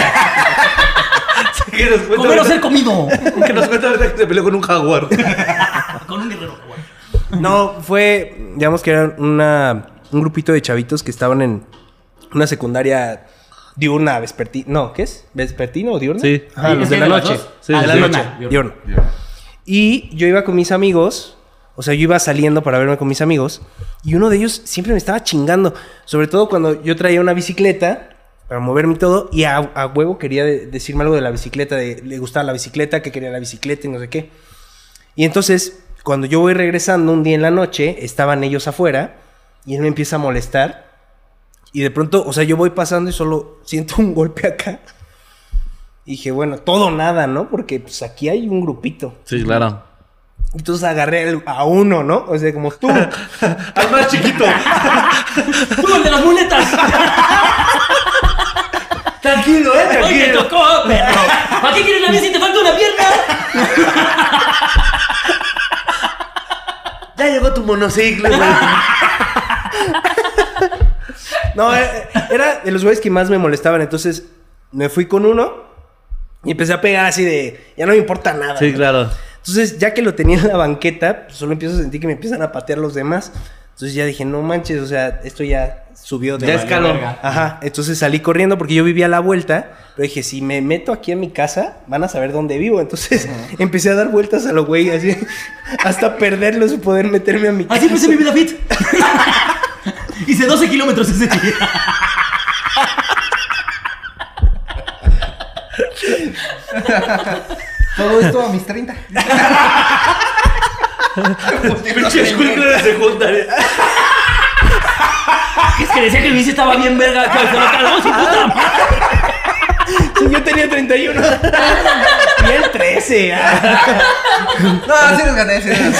C: Que nos cuente
D: Comer o
C: ahorita-
D: ser comido.
C: que nos cuente ahorita que se peleó con un jaguar.
D: Con un guerrero. güey.
E: No, fue, digamos que era una, un grupito de chavitos que estaban en una secundaria diurna, vespertina. No, ¿qué es? ¿Vespertino o diurna?
C: Sí.
E: Ajá,
D: Sí,
E: los
D: es
E: de
D: que
E: la
D: Ah, de las
E: noche.
D: dos.
E: Sí,
D: Ah,
E: de la
D: diurna,
E: noche.
D: diurna.
E: Diurna. Y yo iba con mis amigos, o sea, yo iba saliendo para verme con mis amigos, y uno de ellos siempre me estaba chingando, sobre todo cuando yo traía una bicicleta para moverme y todo, y a, a huevo quería de- decirme algo de la bicicleta, de le gustaba la bicicleta, que quería la bicicleta y no sé qué. Y entonces, cuando yo voy regresando un día en la noche, estaban ellos afuera, y él me empieza a molestar, y de pronto, o sea, yo voy pasando y solo siento un golpe acá. Y dije, bueno, todo o nada, ¿no? Porque pues aquí hay un grupito.
C: Sí, claro.
E: Entonces agarré al- a uno, ¿no? O sea, como tú.
C: Al más chiquito.
D: ¡Tú, el de las muletas!
E: Tranquilo, eh,
D: ¡Hoy te
E: tranquilo.
D: tocó, perro! ¿Para qué quieres la mía si te falta una pierna?
C: Ya llegó tu monociclo, güey.
E: No, eh, era de los güeyes que más me molestaban. Entonces me fui con uno y empecé a pegar así de, ya no me importa nada.
C: Sí,
E: ¿no?
C: claro.
E: Entonces, ya que lo tenía en la banqueta, pues, solo empiezo a sentir que me empiezan a patear los demás. Entonces ya dije, no manches, o sea, esto ya subió de
C: Ya
E: valor.
C: escaló.
E: Ajá. Entonces salí corriendo porque yo vivía a la vuelta. Pero dije, si me meto aquí en mi casa, van a saber dónde vivo. Entonces empecé a dar vueltas a los güey, así, hasta perderlos y poder meterme a mi casa.
D: Así empecé mi vida fit. Hice 12 kilómetros ese día.
B: Todo esto a mis 30.
C: Pinche escuincle de ¿eh? secundaria.
D: Es que decía que Luis estaba bien verga. que Se lo cargó su puta madre.
E: Sí, yo tenía 31. y él 13. ah.
B: No, así los gané, sí los gané.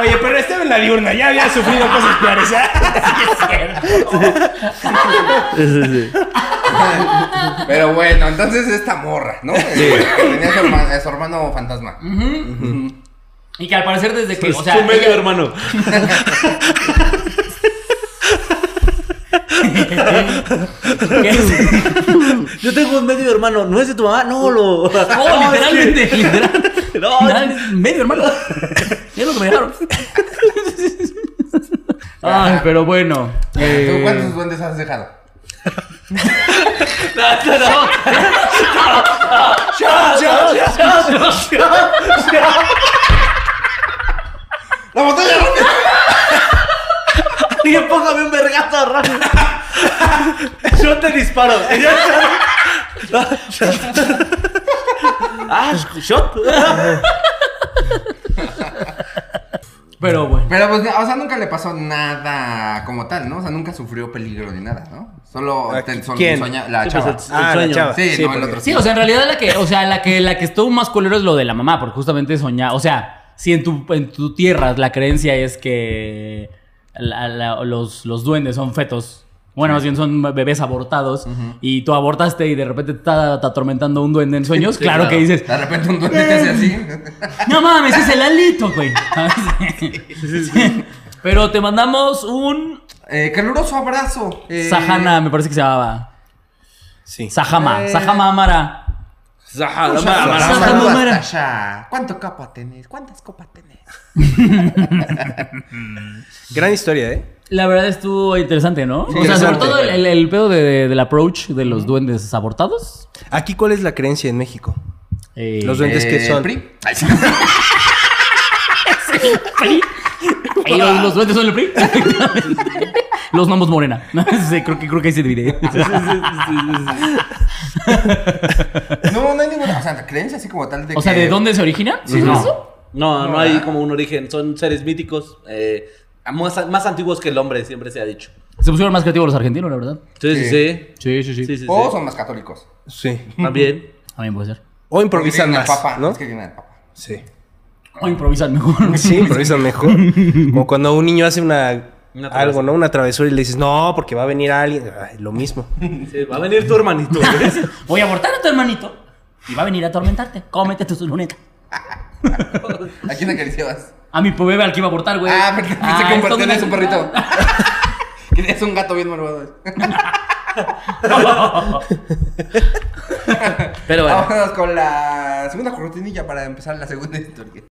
E: Oye, pero estaba en la diurna, ya había sufrido cosas peores. ah.
C: Sí, sí, sí.
B: Pero bueno, entonces esta morra, ¿no? Tenía su hermano, su hermano fantasma.
D: Y que al parecer desde que.
C: Es
D: O sea,
C: tu medio
D: ella-
C: hermano.
D: que-
C: Yo tengo un medio hermano. ¿No es de tu mamá? No, lo.
D: Oh,
C: No, es que-
D: literalmente, literal.
C: No,
D: Nada, es medio hermano. Ya lo que me dejaron. Ay, pero bueno.
B: ¿Tú cuántos duendes has dejado?
C: no, no.
B: ¡La botella rápida!
C: Alguien póngame un vergazo rápido. Yo te disparo. ah, shot.
D: Pero bueno.
B: Pero pues, o sea, nunca le pasó nada como tal, ¿no? O sea, nunca sufrió peligro ni nada, ¿no? Solo
E: ¿A
B: te sol-
E: quién?
B: soña la
C: Sí,
B: chava.
C: pues,
E: Ah, la
C: sueño.
E: chava.
B: Sí, no, el
E: porque-
B: otro
D: Sí, o sea, en realidad la que, o sea, la que, la que estuvo más culero es lo de la mamá, porque justamente soñaba, o sea, si en tu, en tu tierra la creencia es que la- la- los, los duendes son fetos, bueno, más bien son bebés abortados, y tú abortaste y de repente te está atormentando un duende en sueños,
C: Sí,
D: claro, que
C: claro.
D: dices,
B: De repente un duende que hace así.
D: no mames, es el alito, güey. Pero te mandamos un
B: Eh, caluroso abrazo. Eh,
D: Sajana, me parece que se llamaba.
E: Sí.
D: Sajama, Sajama Amara.
C: Zaha,
B: Saludos,
C: Ah, la- la- la-
D: Sajana
B: saludos,
D: Amara.
B: Tasha. ¿Cuánto capa tenés? ¿Cuántas copas tenés?
E: Gran historia, ¿eh?
D: La verdad estuvo interesante, ¿no? o sea, sobre
E: interesante.
D: todo el, el- el pedo de- de- del approach de los duendes abortados.
E: Aquí, ¿cuál es la creencia en México?
D: Eh,
E: Los duendes que
B: Eh,
E: son.
B: PRI.
D: sí, Ahí lo- eh, los duendes son el PRI. los nomos morena. Sí, creo, que, creo que ahí se divide.
B: No, no hay ninguna. O sea, creencia así como tal de
D: O sea,
B: que-
D: ¿de dónde se origina?
B: Sí,
D: no.
B: eso.
C: No, no,
B: No,
C: hay
B: ¿verdad?
C: como un origen. Son seres míticos eh, más, más antiguos que el hombre, siempre se ha dicho.
D: Se pusieron más creativos los argentinos, la verdad.
C: Sí, sí,
B: Sí.
C: sí.
D: Sí, sí,
C: Sí, sí, sí.
B: O son más católicos.
E: Sí.
C: También.
D: También puede ser.
E: O
B: Porque
E: improvisan
B: tienen
E: más,
B: al papa.
E: ¿no?
B: Es que tienen al papa.
E: Sí.
D: O improvisan mejor.
E: Sí, improvisan mejor. Como cuando un niño hace una,
C: Una travesura.
E: algo, ¿no? Una travesura y le dices, no, porque va a venir alguien. Ay, lo mismo.
C: Sí, va a venir tu hermanito. ¿ves?
D: Voy a abortar a tu hermanito y va a venir a atormentarte. Cómete tus lunetas.
B: ¿A quién acariciabas?
D: A mi bebé al que iba a abortar, güey.
B: Ah, porque pensé
D: Ah,
B: que
D: esto
B: compartían
D: me-
B: es un perrito. que es un gato bien malvado.
C: Pero bueno.
B: Vámonos con la segunda cortinilla para empezar la segunda historia.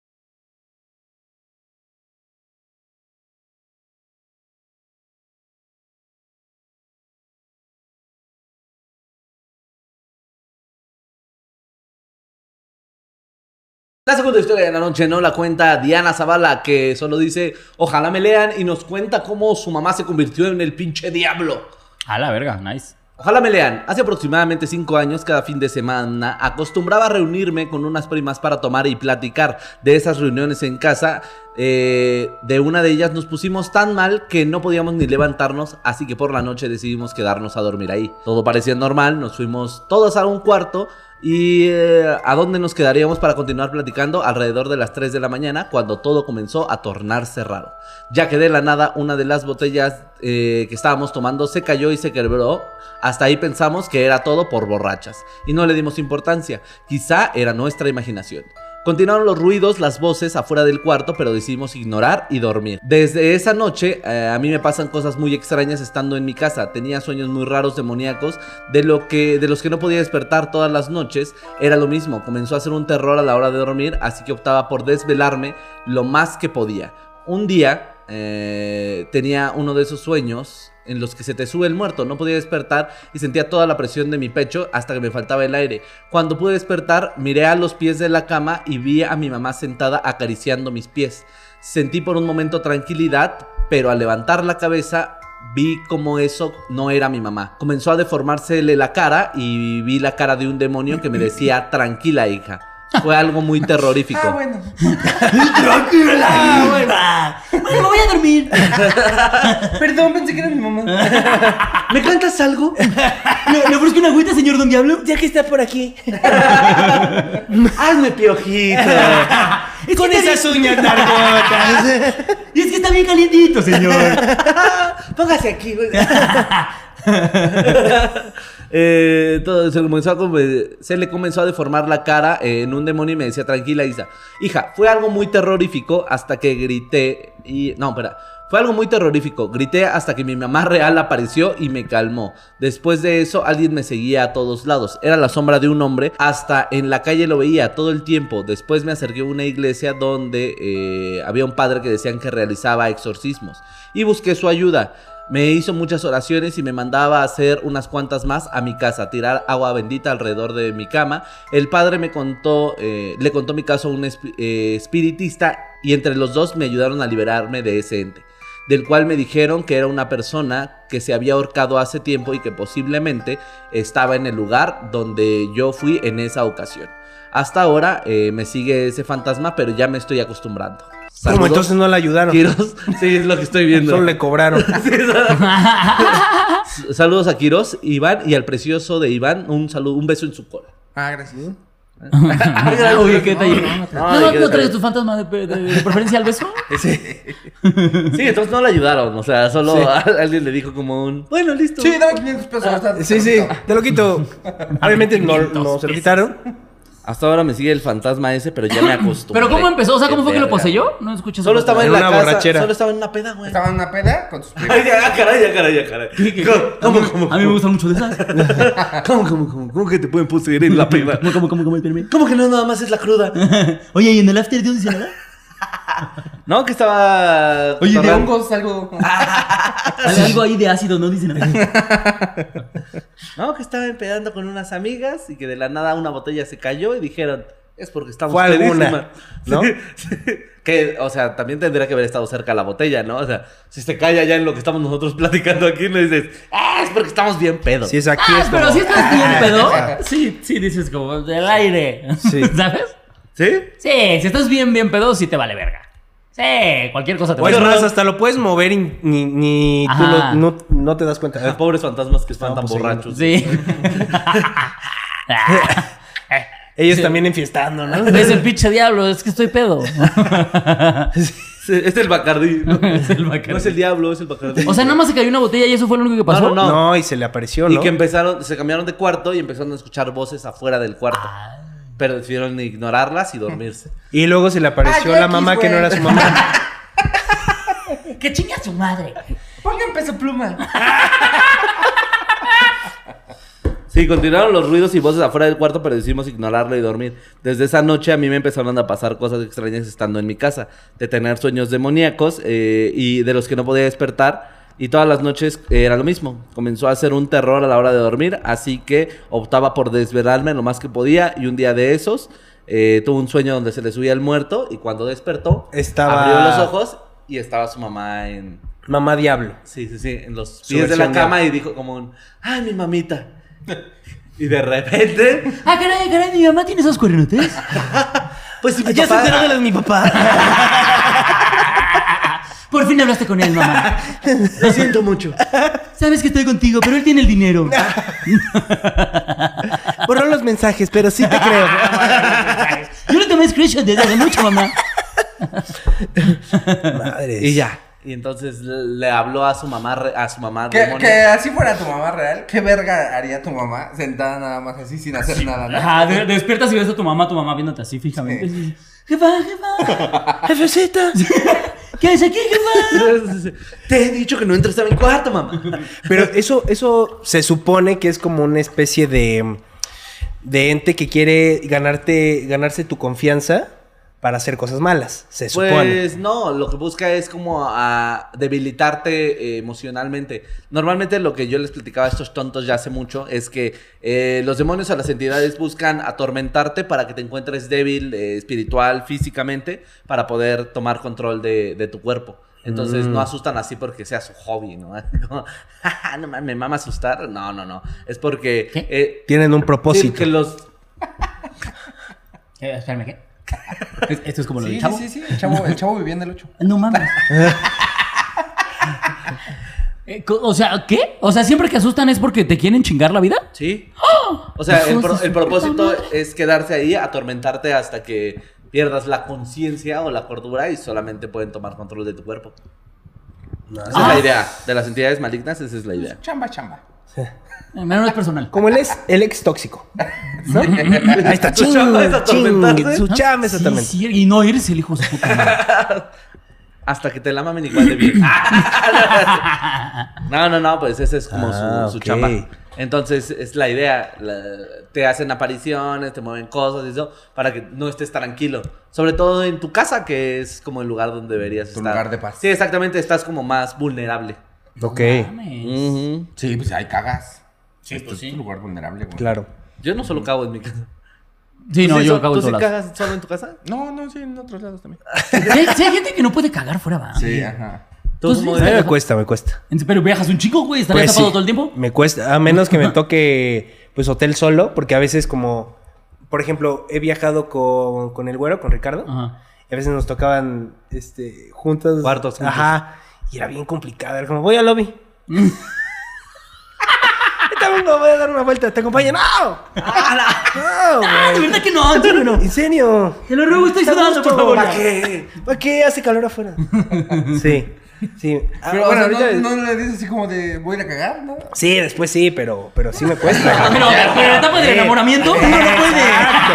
C: La segunda historia de la noche no la cuenta Diana Zavala, que solo dice, ojalá me lean, y nos cuenta cómo su mamá se convirtió en el pinche diablo.
D: A la verga, nice.
C: Ojalá me lean. Hace aproximadamente cinco años, cada fin de semana, acostumbraba a reunirme con unas primas para tomar y platicar. De esas reuniones en casa, eh, de una de ellas nos pusimos tan mal que no podíamos ni levantarnos, así que por la noche decidimos quedarnos a dormir ahí. Todo parecía normal, nos fuimos todos a un cuarto. ¿Y eh, a dónde nos quedaríamos para continuar platicando? Alrededor de las 3 de la mañana, cuando todo comenzó a tornarse raro. Ya que de la nada una de las botellas eh, que estábamos tomando se cayó y se quebró. Hasta ahí pensamos que era todo por borrachas. Y no le dimos importancia. Quizá era nuestra imaginación. Continuaron los ruidos, las voces afuera del cuarto, pero decidimos ignorar y dormir. Desde esa noche eh, a mí me pasan cosas muy extrañas estando en mi casa. Tenía sueños muy raros, demoníacos, de, lo que, de los que no podía despertar todas las noches. Era lo mismo, comenzó a ser un terror a la hora de dormir, así que optaba por desvelarme lo más que podía. Un día eh, tenía uno de esos sueños en los que se te sube el muerto. No podía despertar y sentía toda la presión de mi pecho hasta que me faltaba el aire. Cuando pude despertar, miré a los pies de la cama y vi a mi mamá sentada acariciando mis pies. Sentí por un momento tranquilidad, pero al levantar la cabeza vi como eso no era mi mamá. Comenzó a deformársele la cara y vi la cara de un demonio que me decía, tranquila hija. Fue algo muy terrorífico.
B: Ah, bueno.
D: Ah, güey, va. Bueno, me voy a dormir.
B: Perdón, pensé que era mi mamá.
C: ¿Me cantas algo?
D: ¿Le, le ofrezco una agüita, señor Don Diablo? Ya que está por aquí.
C: Hazme piojito.
D: Con esas uñas narcotas. y es que está bien calientito, señor.
C: Póngase aquí, güey. Eh, todo- se, comenzó a come- se le comenzó a deformar la cara eh, en un demonio y me decía, tranquila, Isa. Hija, fue algo muy terrorífico hasta que grité y... No, espera. Fue algo muy terrorífico. Grité hasta que mi mamá real apareció y me calmó. Después de eso, alguien me seguía a todos lados. Era la sombra de un hombre. Hasta en la calle lo veía todo el tiempo. Después me acerqué a una iglesia donde eh, había un padre que decían que realizaba exorcismos. Y busqué su ayuda. Me hizo muchas oraciones y me mandaba a hacer unas cuantas más a mi casa, tirar agua bendita alrededor de mi cama. El padre me contó, eh, le contó mi caso a un espi- eh, espiritista y entre los dos me ayudaron a liberarme de ese ente, del cual me dijeron que era una persona que se había ahorcado hace tiempo y que posiblemente estaba en el lugar donde yo fui en esa ocasión. Hasta ahora eh, me sigue ese fantasma, pero ya me estoy acostumbrando.
E: Como
C: Saludos,
E: entonces no la ayudaron.
C: Kiros. Sí, es lo que estoy viendo.
E: Solo le cobraron.
C: Saludos a Quiroz, Iván y al precioso de Iván, un saludo, un beso en su cola.
B: Ah, gracias.
D: Oye, ¿qué tal?
C: No,
D: ¿No, no,
C: ¿qué
D: no
C: tal?
D: traes tu fantasma de, de- de preferencia al beso?
C: Sí, entonces no le ayudaron, o sea, solo alguien le dijo como un, bueno, listo.
B: Sí, dame 500 pesos. ahorita
E: Sí,
B: te
E: sí,
B: lo quito.
E: te lo quito. Obviamente no, no se lo quitaron.
C: Hasta ahora me sigue el fantasma ese, pero ya me acostumbré.
D: ¿Pero cómo empezó? O sea, ¿cómo
C: Qué
D: fue que lo
C: verga.
D: poseyó? No escuchas.
C: Solo estaba en,
E: En
C: la
E: una
C: casa,
E: borrachera.
C: solo estaba en una peda, güey.
B: Estaba en una peda con sus primos.
C: Ay, ya, caray, ya, caray, ya, caray. ¿Cómo,
D: A mí-
C: cómo, cómo?
D: A mí me gustan mucho de esas.
C: ¿Cómo, cómo, cómo, cómo que te pueden poseer en la peda?
D: ¿Cómo, cómo, cómo, cómo? Espérame.
C: ¿Cómo que no nada más es la cruda?
D: Oye, ¿y en el after de dónde se la da?
C: No, que estaba...
B: Oye, de
C: cotorreando.
B: hongos algo.
D: Algo ahí de ácido, no dice nada.
C: No, que estaba empedando con unas amigas y que de la nada una botella se cayó y dijeron, es porque estamos
E: Fue alguna,
C: pedísima.
E: ¿no?
C: Sí, sí. Que, o sea, también tendría que haber estado cerca la botella, ¿no? O sea, si se calla ya en lo que estamos nosotros platicando aquí, no dices, ah, es porque estamos bien pedos.
E: Si es aquí,
D: Ah,
E: es como-
D: pero si estás bien
E: Ah,
D: pedo,
E: ajá.
D: sí, sí, dices como del aire.
E: Sí.
D: ¿Sabes?
C: ¿Sí?
D: Sí, si estás bien, bien pedo, sí te vale verga. Sí, cualquier cosa te
E: O
D: vale
E: es
D: verga.
E: más, hasta lo puedes mover y ni, ni tú lo-
D: Ajá.
E: no, no te das cuenta.
C: Los pobres fantasmas que están
E: Ah. No,
C: tan
E: pues, sí.
C: borrachos.
D: Sí.
E: Ellos también enfiestando, ¿no?
D: es el pinche diablo, es que estoy pedo.
C: Sí, Es el Bacardí. No,
D: Es el Bacardí.
C: No es el diablo, es el Bacardí.
D: O sea, nada más se cayó una botella y eso fue lo único que pasó.
C: No,
E: No, y se le apareció, ¿no?
C: Y que empezaron, se cambiaron de cuarto y empezaron a escuchar voces afuera del cuarto. Pero decidieron ignorarlas y dormirse.
E: Y luego se le apareció
C: Ah,
G: Ay,
E: la
G: X,
E: mamá que no
G: güey.
E: era su mamá.
D: Que chinga su madre.
G: Pongan peso pluma.
C: Sí, continuaron los ruidos y voces afuera del cuarto, pero decidimos ignorarlo y dormir. Desde esa noche a mí me empezaron a pasar cosas extrañas estando en mi casa, de tener sueños demoníacos eh, y de los que no podía despertar. Y todas las noches eh, era lo mismo. Comenzó a ser un terror a la hora de dormir, así que optaba por desvelarme lo más que podía. Y un día de esos, eh, tuve un sueño donde se le subía el muerto y cuando despertó,
E: Estaba-
C: abrió los ojos y estaba su mamá en...
E: mamá diablo.
C: Sí, sí, sí, en los
E: Su
C: pies de la
E: versión
C: cama y dijo como un, ay, mi mamita. y de repente,
D: Ah, caray, caray, mi mamá tiene esos cuernotes.
C: pues si mi
E: Ya se
C: papá-
E: enteró de lo de mi papá.
D: Por fin hablaste con él, mamá.
C: Lo siento mucho.
D: Sabes que estoy contigo, pero él tiene el dinero.
E: Borró los mensajes, pero sí te creo.
D: Yo le tomé screenshot desde hace mucho, mamá.
E: Madres.
C: Y ya. Y entonces le habló a su mamá, re- a su mamá
B: Que,
C: demonio.
B: que así fuera tu mamá real, ¿qué verga haría tu mamá sentada nada más así sin hacer nada? ¿no?
D: Ajá, de- despiertas y ves a tu mamá, tu mamá viéndote así fijamente. Jefa, jefa.
E: Jefecita.
D: ¿Qué haces aquí, jefa?
C: Te he dicho que no entres a mi cuarto, mamá.
E: Pero eso, eso se supone que es como una especie de, de ente que quiere ganarte, ganarse tu confianza para hacer cosas malas. Se supone.
C: Pues no, lo que busca es como a debilitarte eh, emocionalmente. Normalmente lo que yo les platicaba a estos tontos ya hace mucho es que eh, los demonios o las entidades buscan atormentarte para que te encuentres débil eh, espiritual, físicamente, para poder tomar control de, de tu cuerpo. Entonces
E: Mm.
C: no asustan así porque sea su hobby, ¿no? Como, "Ja, ja, no mames, me mama asustar. No, no, no. Es porque...
D: ¿Qué?
C: eh,
E: Tienen un
C: sí,
E: propósito.
C: que los
D: Eh, espérame, ¿qué? Es- Esto es como lo
B: Sí,
D: del
B: sí,
D: chavo.
B: sí, sí, el chavo, el chavo vivía en el 8.
D: No mames. Eh, co- o sea, ¿qué? O sea, siempre que asustan es porque te quieren chingar la vida.
C: Sí. O sea, el,
D: Hijos de
C: pro-
D: su
C: el
D: puta
C: propósito
D: madre.
C: es quedarse ahí, atormentarte hasta que pierdas la conciencia o la cordura y solamente pueden tomar control de tu cuerpo. Esa
D: Ah.
C: es la idea. De las entidades malignas, esa es la idea.
B: Chamba, chamba.
D: Eh, No es personal.
E: Como el ex, el ex tóxico.
B: Sí.
E: Ahí está.
C: Su
E: ching,
C: chamba es
E: ching,
C: atormentarse.
E: Su chamba es
D: Sí,
E: exactamente.
D: sí, y no eres el hijo de su puta madre.
C: Hasta que te la mamen igual de bien. No, no, no, pues esa es como
E: Ah,
C: su, su
E: ok.
C: chamba. Entonces, es la idea. la- te hacen apariciones, te mueven cosas y eso, para que no estés tranquilo. Sobre todo en tu casa, que es como el lugar donde deberías
B: Tu
C: estar.
B: lugar de paz.
C: Sí, exactamente, estás como más vulnerable.
E: Ok, Mm.
D: Mames.
B: Sí, pues ahí cagas.
D: Sí,
B: Este
D: pues sí.
B: es un lugar vulnerable, güey.
E: claro.
C: Yo no solo cago en mi casa.
D: Sí, no,
C: ¿Tú sí
D: yo
C: so-
D: acabo
C: ¿Tú
D: de
C: sí
D: todas. las-
C: cagas solo en tu casa?
B: No, no, sí, en otros lados también.
D: Sí, hay- sí, hay gente que no puede cagar fuera, va.
B: Sí, ajá.
D: Tú
C: ¿Tú
D: sí
C: cómo
E: A mí
D: estás-
C: eres?
E: me cuesta, me cuesta.
D: Entonces, Pero viajas un chico, güey, estarías
E: Pues
D: tapado
E: sí,
D: todo el tiempo.
E: Me cuesta, a menos que me toque pues hotel solo, porque a veces como, por ejemplo, he viajado con, con el güero, con Ricardo,
D: Ajá.
E: y a veces nos tocaban este, juntos.
C: Cuartos juntos.
E: Ajá. Y era bien complicado, era como, voy al lobby. Ahorita vengo, voy a dar una vuelta, te acompaño. ¡No! ¡No,
D: Ah, de
E: güey!
D: verdad que no, de verdad no.
E: ¿En serio?
D: Te lo ruego, estoy sudando, por favor.
E: ¿Para qué? ¿Para qué hace calor afuera? sí, sí. Ah,
B: Pero,
E: bueno,
B: o sea,
E: ahorita-
B: no, no le dices así como de voy a ir a cagar, ¿no?
E: Sí, después sí, pero, pero sí me cuesta.
D: Pero, pero en la etapa del enamoramiento uno no puede.
E: Exacto,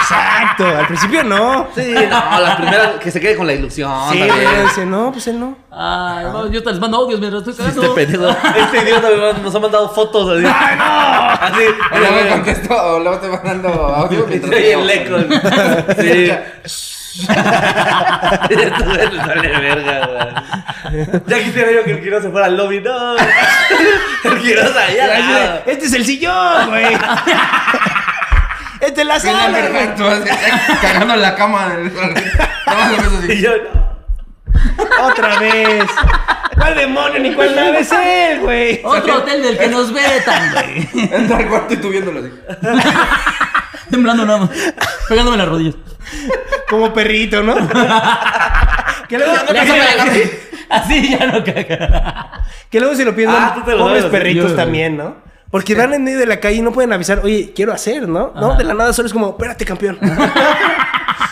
E: exacto. Al principio no.
C: Sí, no, la primera que se quede con la ilusión.
E: Sí,
C: también.
E: pero dice, no, pues él no.
D: Ay, no, yo te les mando audios mientras estoy cagando.
C: Este pendejo, este idiota me manda- nos ha mandado fotos así. ¡Ay, no! Así.
B: O luego me contesto, o luego te mandando audio.
C: Y
B: mientras
C: trae
B: leo.
C: el eco. Sí. Esto me sale verga, güey. Ya quisiera yo que el Quiroz se fuera al lobby, no. El Quiroz allá. al lado.
E: Este es el sillón, güey. ¡Es de la
B: Sí, la
E: sala, güey!
B: verdad, tú vas cagando en la cama. del- Nada más lo ves así.
E: Y yo, no. Otra vez. ¿Cuál demonio ni cuál nave es él, güey?
D: Otro hotel del que nos vetan, güey.
B: Entra al cuarto y tú viéndolo así.
D: Temblando nada más. Pegándome las rodillas.
E: Como perrito, ¿no? que, luego,
D: Ya se me agarra. Así ya no caga.
E: que luego se lo piensan
C: Ah, tú te lo
E: pobres
C: sabes,
E: perritos
D: yo-
E: también, ¿no? Porque van en medio de la calle y no pueden avisar, oye, quiero hacer, ¿no? No, de la nada solo es como, espérate, campeón.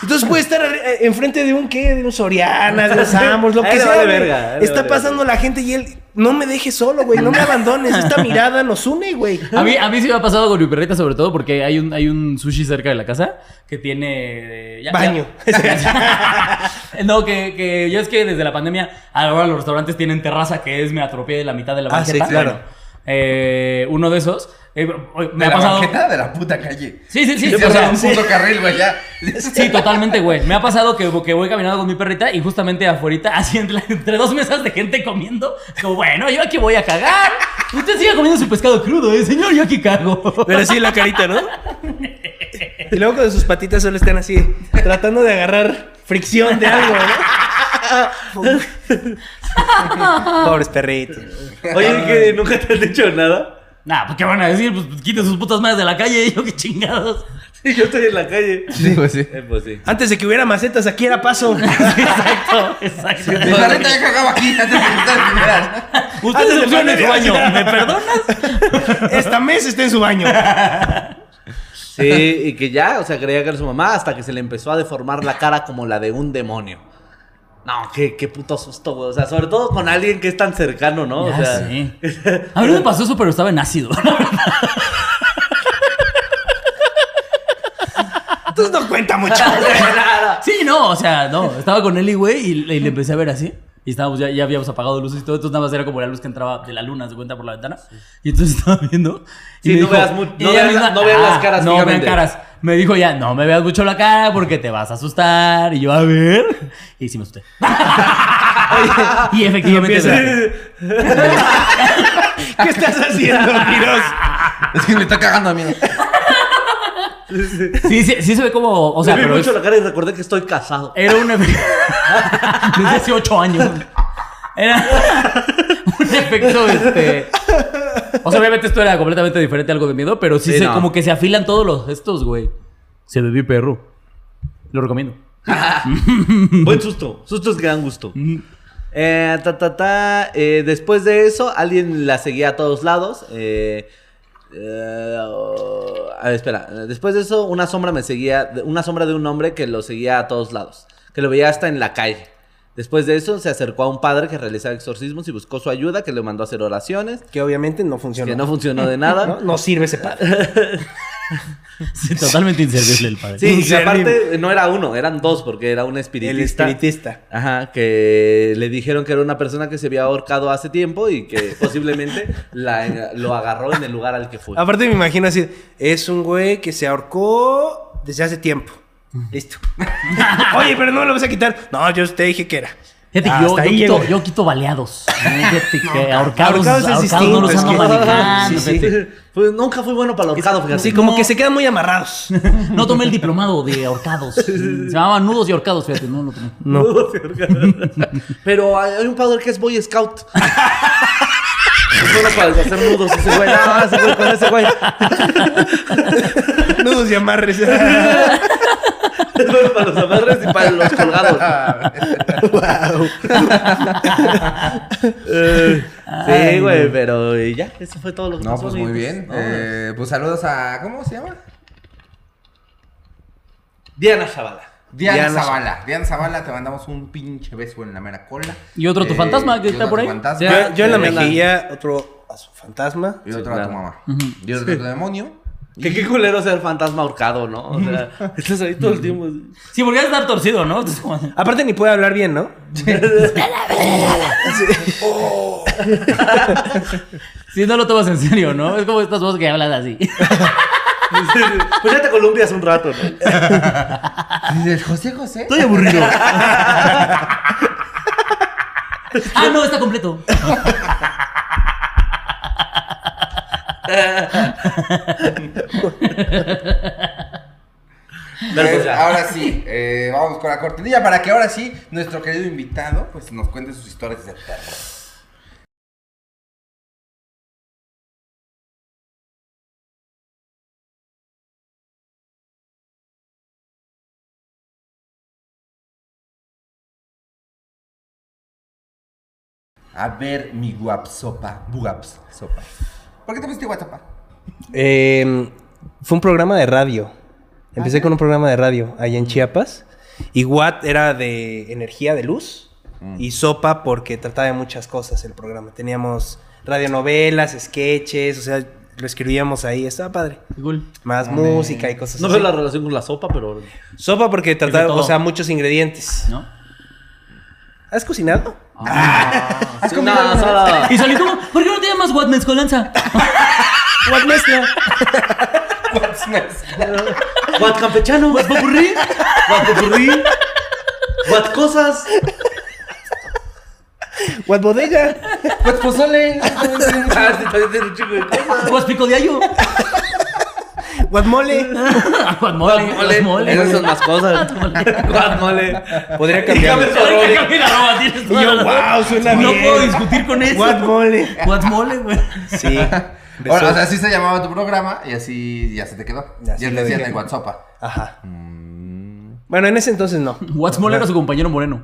E: Entonces puede estar arri- eh, enfrente de un qué, de un Soriana, de los Amos, lo
C: A él
E: que
C: le
E: sea.
C: vale
E: güey.
C: verga, a él le
E: Está
C: vale
E: pasando la gente y él, no me dejes solo, güey, no me abandones. Esta mirada nos une, güey.
D: A mí, a mí sí me ha pasado con mi perrita, sobre todo porque hay un, hay un sushi cerca de la casa que tiene. eh, ya-
E: Baño.
D: ya- no, que, que yo es que desde la pandemia, ahora los restaurantes tienen terraza que es me atropellé de la mitad de la
E: Ah, sí,
D: banqueta.
E: claro.
D: Bueno, eh, uno de esos. eh,
B: de
D: me ha
B: la
D: pasado.
B: banqueta de la puta calle.
D: Sí, sí, sí.
B: Sí,
D: o
B: o
D: sea,
B: sea, un puto carril, güey, ya.
D: Sí, totalmente, güey. Me ha pasado que, que voy caminando con mi perrita y justamente afuera, así entre, la- entre dos mesas de gente comiendo, como, bueno, yo aquí voy a cagar. Usted sigue comiendo su pescado crudo, ¿eh? Señor, yo aquí cago.
E: Pero sí la carita, ¿no? Y luego con sus patitas solo están así, tratando de agarrar fricción de algo, ¿no? Pobres perritos.
C: Oye, que nunca te han dicho nada.
D: Nah, pues, ¿qué van a decir? Pues, pues, quiten sus putas madres de la calle, yo qué chingados.
C: Sí, yo estoy en la calle.
B: Sí, pues sí.
C: Eh, pues sí.
E: Antes de que hubiera macetas, aquí era paso.
D: exacto, exacto.
B: De la neta ya cagaba aquí antes de que ustedes vinieran.
D: Ustedes se
E: de
D: pusieron en su baño,
E: pandemia.
D: ¿me perdonas?
E: Esta mesa está en su baño.
C: Sí, y que ya, o sea, creía que era su mamá hasta que se le empezó a deformar la cara como la de un demonio. No, qué, qué puto susto, güey. O sea, sobre todo con alguien que es tan cercano, ¿no? o
D: Ya
C: sea,
D: sé. A mí no me pasó eso, pero estaba en ácido.
E: Entonces no cuenta mucho.
D: Sí, no, o sea, no. Estaba con Eli, güey, y, le- y le empecé a ver así. Y estábamos, ya, ya habíamos apagado luces y todo, entonces nada más era como la luz que entraba de la luna, se cuenta por la ventana. Y entonces estaba viendo. y
C: Sí,
D: me
C: no veas mu-
D: y
C: no
D: ella
C: veas la- no veas las caras
D: No vean
C: fijamente".
D: caras. Me dijo ya, no me veas mucho la cara porque te vas a asustar. Y yo, a ver. Y sí me asusté. y efectivamente.
E: empieza.
D: me asusté.
E: ¿Qué estás haciendo, Piros?
B: Es que me está cagando a mí.
D: Sí, sí, sí se ve como. O sea,
C: le vi
D: pero
C: mucho
D: es- Eh,
C: la cara y recordé que estoy casado.
D: Era un efecto. Desde hace ocho años. Era un efecto, este. O sea, obviamente esto era completamente diferente a algo de miedo, pero sí,
C: Sí,
D: se,
C: no.
D: como que se afilan todos los estos, güey. Se bebí perro. Lo recomiendo.
C: Buen susto. Sustos que dan gusto. Eh, ta, ta, ta. Eh, después de eso, alguien la seguía a todos lados. Eh, eh, oh, a ver, espera. Después de eso, una sombra me seguía. de- Una sombra de un hombre que lo seguía a todos lados. Que lo veía hasta en la calle. Después de eso, se acercó a un padre que realizaba exorcismos y buscó su ayuda, que le mandó a hacer oraciones.
E: Que obviamente no funciona.
C: Que no funcionó de
E: No,
C: nada.
E: no sirve ese padre.
D: Sí, totalmente inservible el padre.
C: Sí, y que
E: Inservible.
C: aparte no era uno, eran dos, porque era un
E: El
C: espiritista.
E: espiritista.
C: Ajá, que le dijeron que era una persona que se había ahorcado hace tiempo y que posiblemente la- lo agarró en el lugar al que fue.
E: Aparte me imagino así, es un güey que se ahorcó desde hace tiempo. Listo. Oye, pero no me lo vas a quitar. No, yo te dije que era.
D: Fíjate que
E: Ah, Hasta
D: yo, yo,
E: ahí
D: quito,
E: llego.
D: yo quito baleados. Fíjate que ahorcados,
E: ahorcados es
D: ahorcados, no los
E: distinto,
D: ando
E: es que-
D: manejando.
E: Sí, sí.
D: fíjate.
C: Fue- Pues, nunca fui bueno para el ahorcado, fíjate.
E: Así como que se quedan muy amarrados.
D: No tomé el diplomado de ahorcados. Se llamaban nudos y ahorcados, fíjate, no lo tomé.
C: Pero hay, hay un padre que es Boy Scout. Es bueno para hacer nudos ese güey. Nada más ese güey con ese güey.
E: Nudos y amarres.
C: Es bueno para los amarres y para los colgados.
B: Ah,
C: Eh, sí, güey, pero y ya, eso fue todo lo que
B: No,
C: pasó,
B: pues muy
C: amiguitos.
B: bien.
C: No,
B: Eh, pues saludos a. ¿Cómo se llama?
C: Diana Zavala.
B: Diana,
E: Diana
B: Zavala. Diana Zavala, te mandamos un pinche beso en la mera cola. Eh,
D: Y otro a tu fantasma que
B: y
D: está
B: otro a
D: por
B: tu
D: ahí.
B: fantasma.
E: Yo, yo en la
C: Sí, la-
E: mejilla, otro a su fantasma.
B: Y otro a
C: claro.
B: tu mamá. Y otro a tu demonio.
C: Que qué culero ser fantasma ahorcado, ¿no? O sea, estás ahí todo el tiempo. así.
D: Sí, porque ya estar torcido, ¿no? Entonces, como-
E: Aparte ni puede hablar bien, ¿no?
D: Sí, no lo tomas en serio, ¿no? Es como estas voces que hablan así.
C: Pues ya te columpias un rato, ¿no?
B: Y dices, José José.
C: Ah. Estoy aburrido.
D: ah, no, está completo.
C: Pero pues
B: Pues,
C: ya.
B: ahora sí, eh, vamos con la cortinilla para que ahora sí nuestro querido invitado pues nos cuente sus historias de terror. A ver, mi guapsopa, guapsopa. ¿Por qué te pusiste guapsopa?
E: Eh, fue un programa de radio. Empecé con un programa de radio allá en Chiapas. Y Watt era de energía de luz y sopa porque trataba de muchas cosas el programa. Teníamos radionovelas, sketches, o sea, lo escribíamos ahí, estaba padre.
D: Cool.
E: Más música y cosas
C: No
E: así.
C: veo la relación con la sopa, pero.
E: Sopa porque
D: de
E: trataba,
D: todo.
E: o sea, muchos ingredientes.
D: ¿No?
E: ¿Has cocinado?
C: Sí, no, solo.
D: Ah. Y salí como, ¿por qué no te llamas Watmans con lanza?
E: Watt mezcla.
C: What campechano. What popurrí. What popurrí. What cosas.
E: Watt bodega.
B: Pues pozole.
C: Ah, sí, también tiene un chingo de cosas.
D: Guas pico de ayo.
E: Watt mole.
D: Guatmole. Guatmole.
C: Esas son más cosas. What mole.
E: Podría
C: Dígame
E: cambiarlo.
C: su arroz.
E: Y yo, wow, suena
D: No
E: bien.
D: puedo discutir con eso.
E: Watt mole.
D: Guatmole, güey.
E: Sí.
B: Bueno, o sea, así se llamaba tu programa y así ya se te quedó.
E: Y así
B: Ya
E: lo
B: te decían
E: dejé.
B: el WhatsApp.
E: Ajá. Mm. Bueno, en ese entonces no.
D: Guatmole era su compañero moreno.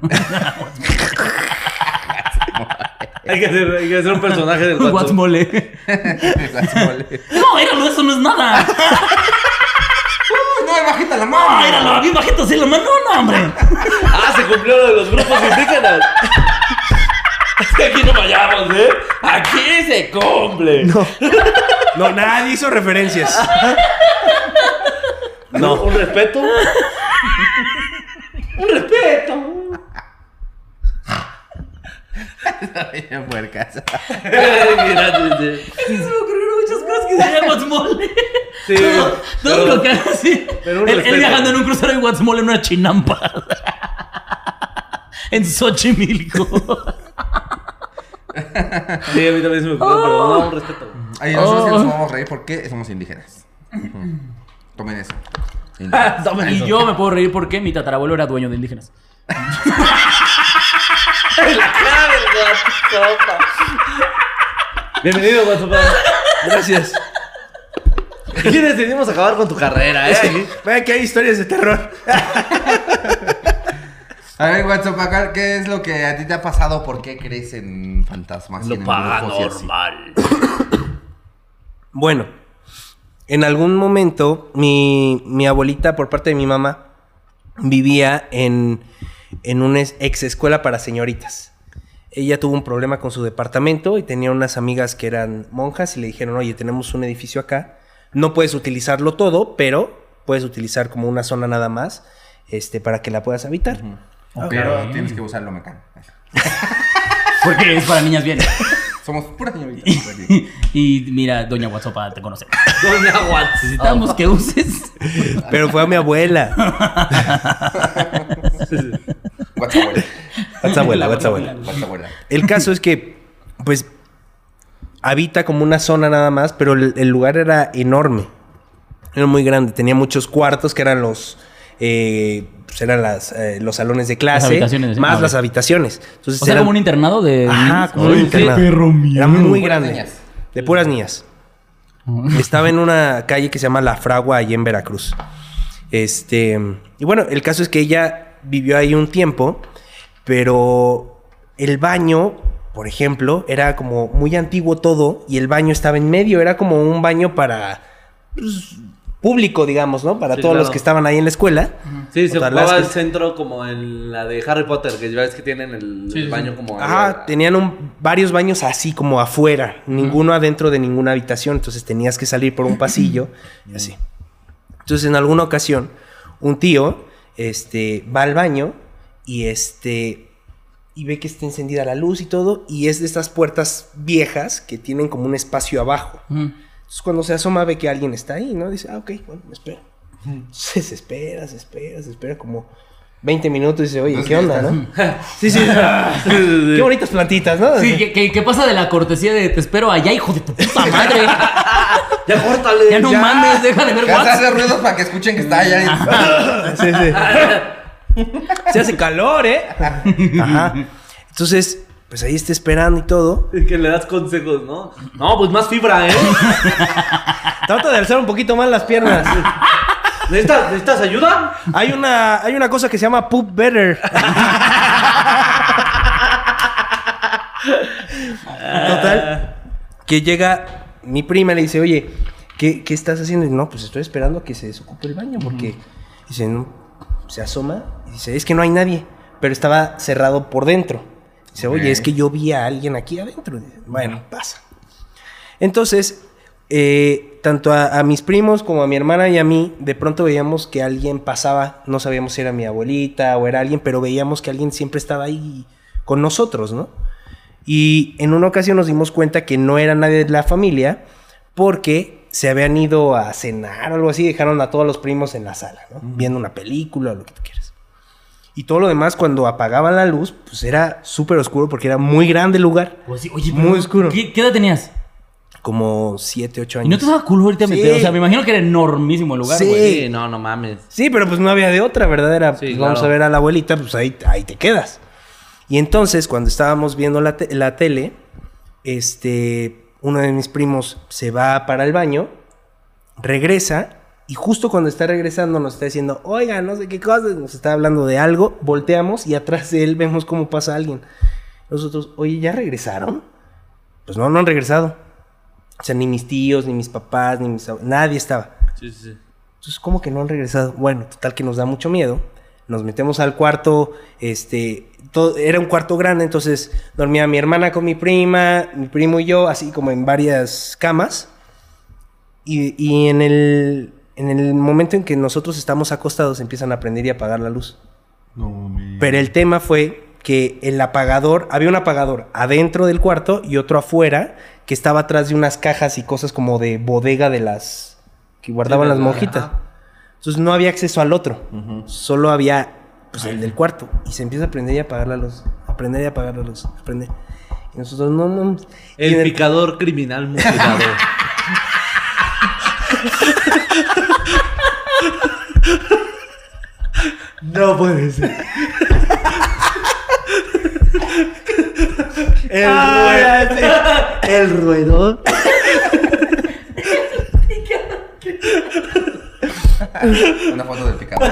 C: Hay que hacer, hay que hacer un personaje del WhatsApp.
D: Guatmole.
B: Guatzmole.
D: No, éralo, eso no es nada.
B: ¡Uy, no, bajita la
D: No,
B: mano!
D: Ah, éralo, a mí bajito se la mano, no, hombre.
C: Ah, se cumplió lo de los grupos indígenas. Es que aquí no vayamos, ¿eh? Aquí se cumple. No.
E: No, nadie hizo referencias.
C: Un respeto. Un respeto.
B: Bien, puercas.
C: Ay, mira, sí, sí.
D: Se me ocurrieron muchas cosas que serían Guatemala.
C: Sí,
D: todo, todo
C: pero-
D: lo que hace. sí.
C: pero un
D: él, él
C: respeto.
D: viajando en un crucero de Guatemala en una chinampa. en Xochimilco.
C: Sí, a mí también se me ocurrió, pero no, un respeto.
B: Ay, nosotros sí
D: Oh.
B: nos vamos a reír porque somos indígenas. Ujú. Tomen eso. Indígenas.
E: Ah,
D: y yo me puedo reír porque mi tatarabuelo era dueño de indígenas.
C: Bienvenido, Guatupá.
E: Gracias.
C: Aquí decidimos acabar con tu carrera, ¿eh?
E: Vean que hay historias de terror.
B: A ver, WhatsApp, acá, ¿qué es lo que a ti te ha pasado? ¿Por qué crees en fantasmas? y en brujos y así?
D: normal.
E: Bueno, en algún momento mi, mi abuelita por parte de mi mamá vivía en, en una es- ex escuela para señoritas. Ella tuvo un problema con su departamento y tenía unas amigas que eran monjas y le dijeron, oye, tenemos un edificio acá, no puedes utilizarlo todo, pero puedes utilizar como una zona nada más este, para que la puedas habitar.
B: Pero tienes que usarlo mecano.
D: Porque es para niñas bien.
B: Somos puras señoritas. súper bien.
D: Y mira, doña Guatsopa te conoce.
C: Doña Guatupá.
D: Necesitamos que uses.
E: Pero fue a mi abuela.
B: WhatsApp, abuela.
E: What's abuela,
D: La
E: what's abuela.
B: WhatsApp, abuela.
E: El caso es que, pues, habita como una zona nada más, pero el, el lugar era enorme. Era muy grande. Tenía muchos cuartos que eran los. eh, pues eran las, eh, los salones de clase.
D: habitaciones, ¿sí?
E: Más
D: Ah,
E: las
D: ok.
E: habitaciones. Entonces,
D: O sea,
E: eran-
D: como un internado de.
E: Ajá,
D: niños.
E: como un
D: Ay, qué
E: internado.
D: perro mío.
E: Era muy
B: Puras
E: grande.
B: niñas.
E: De puras niñas. Estaba en una calle que se llama La Fragua, allí en Veracruz. Este. Y bueno, el caso es que ella vivió ahí un tiempo, pero el baño, por ejemplo, era como muy antiguo todo y el baño estaba en medio. Era como un baño para. pues, público, digamos, ¿no? Para
C: Sí,
E: todos los
C: claro.
E: que estaban ahí en la escuela.
C: Sí, se
E: O sea,
C: ocupaba
E: las
C: el
E: que-
C: centro como en la de Harry Potter, que ya ves que tienen el
D: Sí, sí,
C: baño
D: sí.
C: como...
E: Ajá, tenían un- varios baños así como afuera, ninguno adentro de ninguna habitación, entonces tenías que salir por un pasillo y así. Entonces en alguna ocasión un tío este va al baño y este y ve que está encendida la luz y todo y es de estas puertas viejas que tienen como un espacio abajo.
D: Ujú.
E: Entonces pues, cuando se asoma ve que alguien está ahí, ¿no? Dice, ah, ok, bueno, me espero. Entonces se espera, se espera, se espera como 20 minutos y dice, oye,
B: Entonces,
E: ¿qué onda, no? sí, sí. Qué bonitas plantitas, ¿no?
D: Sí, ¿qué, qué, qué pasa de la cortesía de te espero allá, hijo de tu puta madre?
C: Ya córtale.
D: Ya no mames, deja de ver
B: Hasta
D: WhatsApp.
B: hace ruidos para que escuchen que está allá.
E: Sí, sí. Se hace calor, ¿eh? Ajá. Entonces, pues ahí está esperando y todo.
C: Y que le das consejos, ¿no? No, pues más fibra, ¿eh?
E: Trata de alzar un poquito más las piernas.
C: ¿Necesitas, necesitas ayuda?
E: Hay una, hay una cosa que se llama poop better. Total, que llega mi prima y le dice, oye, ¿qué, qué estás haciendo? Y no, pues estoy esperando a que se desocupe el baño porque... Dice, no, se asoma y dice, es que no hay nadie, pero estaba cerrado por dentro. Dice, oye,
B: Ok.
E: es que yo vi a alguien aquí adentro. Dice, bueno, pasa. Entonces, eh, tanto a, a mis primos como a mi hermana y a mí, de pronto veíamos que alguien pasaba, no sabíamos si era mi abuelita o era alguien, pero veíamos que alguien siempre estaba ahí con nosotros, ¿no? Y en una ocasión nos dimos cuenta que no era nadie de la familia porque se habían ido a cenar o algo así, dejaron a todos los primos en la sala, ¿no? Viendo una película o lo que tú quieras. Y todo lo demás, cuando apagaban la luz, pues era súper oscuro porque era muy grande el lugar.
D: Pues sí, oye,
E: muy
D: pero,
E: oscuro.
D: ¿qué, qué edad tenías?
E: Como 7, 8
D: ¿Y
E: años.
D: no te daba culo irte a
E: Sí.
D: meter? O sea, me imagino que era enormísimo el lugar,
E: Sí.
D: güey.
C: Sí, no, no mames.
E: Sí, pero pues no había de otra, ¿verdad? Era,
C: Sí,
E: pues, vamos
C: claro.
E: a ver a la abuelita, pues ahí, ahí te quedas. Y entonces, cuando estábamos viendo la, te- la tele, este, uno de mis primos se va para el baño, regresa, y justo cuando está regresando nos está diciendo, oiga, no sé qué cosas, nos está hablando de algo, volteamos y atrás de él vemos cómo pasa alguien. Nosotros, oye, ¿ya regresaron? Pues no, no han regresado. O sea, ni mis tíos, ni mis papás, ni mis... abue- Nadie estaba.
C: Sí, sí, sí.
E: Entonces, ¿cómo que no han regresado? Bueno, total que nos da mucho miedo. Nos metemos al cuarto, este, todo, era un cuarto grande, entonces dormía mi hermana con mi prima, mi primo y yo, así como en varias camas. Y, y en, el, en el momento en que nosotros estamos acostados empiezan a prender y apagar la luz. Pero el tema fue que el apagador, había un apagador adentro del cuarto y otro afuera que estaba atrás de unas cajas y cosas como de bodega de las que guardaban las monjitas. Entonces no había acceso al otro, solo había pues, el del cuarto y se empieza a prender y apagar la luz, a prender y apagar la luz, a prender. Y nosotros no, no. y en
C: El
E: el-
C: picador criminal mutilado.
E: No puede ser. el, ruedo. el ruedo.
B: Una foto del picado.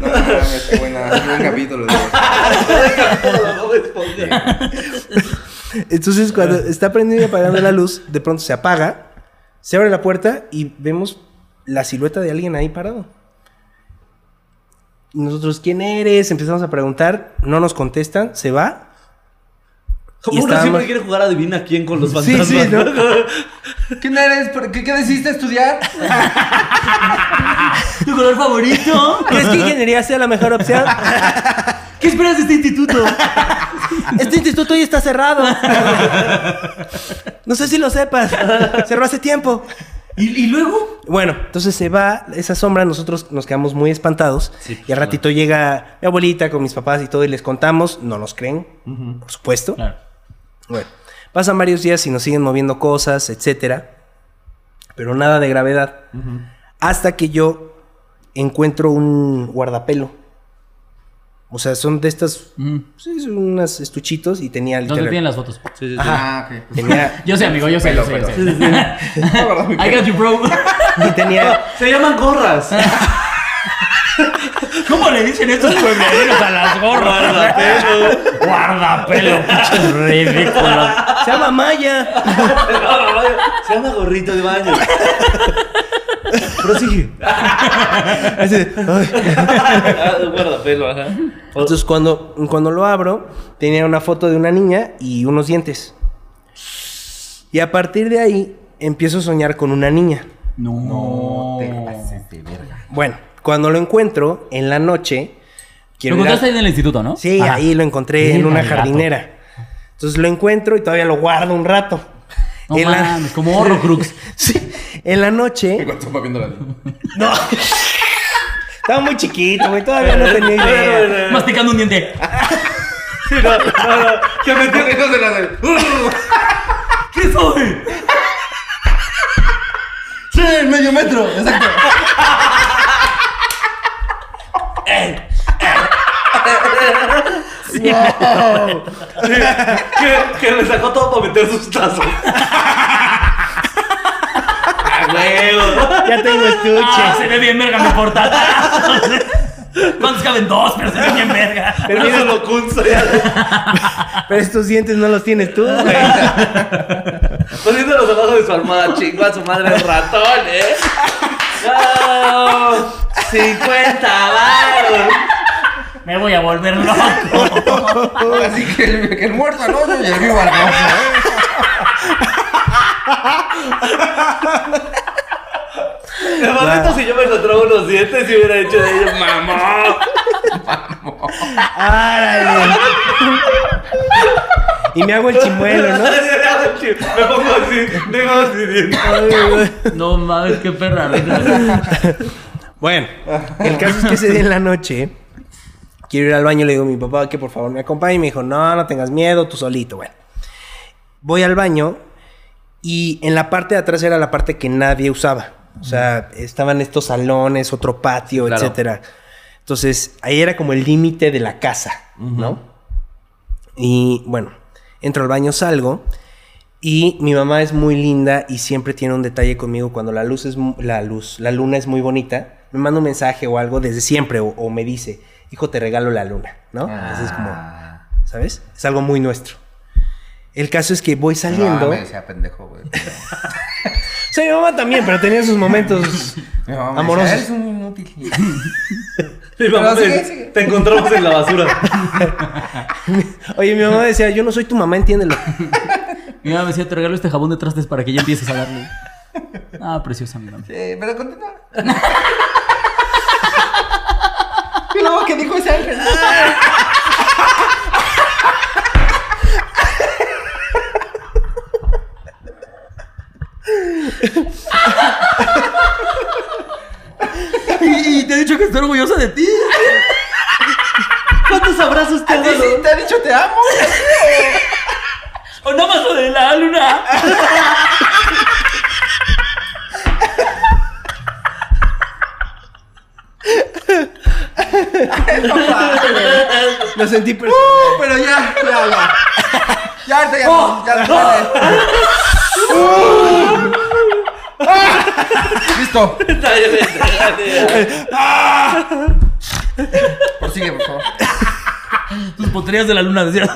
B: No, no mames, qué buena. Qué buen capítulo. güey.
E: Entonces, cuando está prendiendo y apagando la luz, de pronto se apaga, se abre la puerta y vemos la silueta de alguien ahí parado. Y Nosotros, ¿quién eres? Empezamos a preguntar, no nos contestan, se va.
C: Como
E: Y
C: uno
E: estaba
C: siempre
E: más-
C: quiere jugar adivina quién con los
E: Sí,
C: fantasmas.
E: sí, ¿no?
B: ¿Quién eres? ¿Por ¿Qué, qué decidiste estudiar?
D: ¿Tu color favorito?
E: ¿Crees que ingeniería sea la mejor opción?
D: ¿Qué esperas de este instituto?
E: Este instituto hoy está cerrado. No sé si lo sepas. Cerró hace tiempo.
D: ¿Y, y luego?
E: Bueno, entonces se va esa sombra, nosotros nos quedamos muy espantados
C: Sí,
E: y al ratito llega mi abuelita con mis papás y todo y les contamos, no nos creen, por supuesto.
D: Claro.
E: Bueno, pasan varios días y nos siguen moviendo cosas, etcétera, pero nada de gravedad. Hasta que yo encuentro un guardapelo. O sea, son de estas, sí, son unas estuchitos y tenía
D: Mm. ¿Dónde
E: literal-
D: tienen las fotos?
C: Sí, sí, sí.
B: Ah, ok.
E: tenía-
D: Yo sé, amigo, yo sé, yo sé, yo sé. I got you, bro.
E: y tenía
C: Se llaman gorras.
D: ¿Cómo le dicen estos
E: Pues
D: pueblerinos a las gorras? Guardapelo, pinches ridículos.
E: se llama Maya.
C: Se llama gorrito de baño. Prosigue.
E: Así de, "Ay".
C: Guarda pelo, ajá.
E: Entonces cuando, cuando lo abro, tenía una foto de una niña y unos dientes. Y a partir de ahí empiezo a soñar con una niña.
D: No.
B: Te pases de verga.
E: Bueno, cuando lo encuentro en la noche,
D: Lo
E: ir a-
D: contaste ahí en el instituto, ¿no? Ah.
E: Sí,
D: Ajá.
E: ahí lo encontré en
D: Mira
E: una
D: el gato.
E: jardinera. Entonces lo encuentro y todavía lo guardo un rato.
D: No
E: En la-
D: mames, como Horrocrux.
E: Sí, en la noche.
B: Cuando va viendo la
E: No. Estaba muy chiquito, güey. Todavía no tenía idea.
D: Masticando un diente.
B: Se metió de la de.
D: ¿Quieres soy!
B: Sí, el medio metro, exacto.
C: que, que le sacó todo para meter sus tazos. ¡A huevo!
E: Ya tengo
D: Ah,
E: estuche.
D: se ve bien verga mi portatazo. ¿Cuántos caben dos? Pero se ve bien verga.
C: Permítelo, Kunzo. ya.
E: Pero estos dientes no los tienes tú, güey.
C: Poniéndolos abajo de su almohada, chingo a su madre el ratón, ¿eh? ¡No! ¡50 baros!
D: Me voy a volver loco.
B: Así que el, que el muerto al hoyo y el vivo al gozo, ¿eh?
C: De momento, si yo me encontraba unos dientes, y hubiera hecho de ellos, mamá.
E: ¡Árale! Y me hago el chimuelo, ¿no?
C: "Ah, Me pongo así, tengo así dientes.
D: No mames, qué perra. verga.
E: Bueno, el caso es que ese día en la noche quiero ir al baño. Le digo a mi papá que por favor me acompañe. Y me dijo, no, no tengas miedo, tú solito. Bueno, voy al baño y en la parte de atrás era la parte que nadie usaba. O sea, estaban estos salones, otro patio,
C: Claro.
E: etcétera. Entonces, ahí era como el límite de la casa, ¿no? Y bueno, entro al baño, salgo. Y mi mamá es muy linda y siempre tiene un detalle conmigo cuando la luz es mu- la luz, la luna es muy bonita. Me manda un mensaje o algo desde siempre o, o me dice, hijo, te regalo la luna, ¿no? Entonces es como,
B: Ah,
E: ¿sabes? Es algo muy nuestro. El caso es que voy
B: no,
E: saliendo.
B: me decía pendejo, güey.
E: o sea, mi mamá también, pero tenía sus momentos
B: Mi mamá me
E: amorosos.
B: decía, eres un inútil.
C: Mi mamá
B: Pero
C: me-
B: sigue, sigue.
C: te encontramos en la basura.
E: Oye, mi mamá decía, yo no soy tu mamá, entiéndelo.
D: Mi mamá me decía, te regalo este jabón de trastes para que ya empieces a darle. Ah, preciosa mi mamá.
B: Eh, pero continúa. Y luego que dijo ese ángel.
D: Y te he dicho que estoy orgullosa de ti. ¿Cuántos abrazos te
B: ¿Te, sí, te ha dicho te amo?
D: ¡O no más lo de la luna!
E: Lo sentí pero
B: Uh, pero ya, ya, ya. Ya, ahorita ya,
D: Oh,
B: no, ya no puede. Uh. Ah. Listo. Prosigue, por favor.
D: Tus poterías de la luna, decías.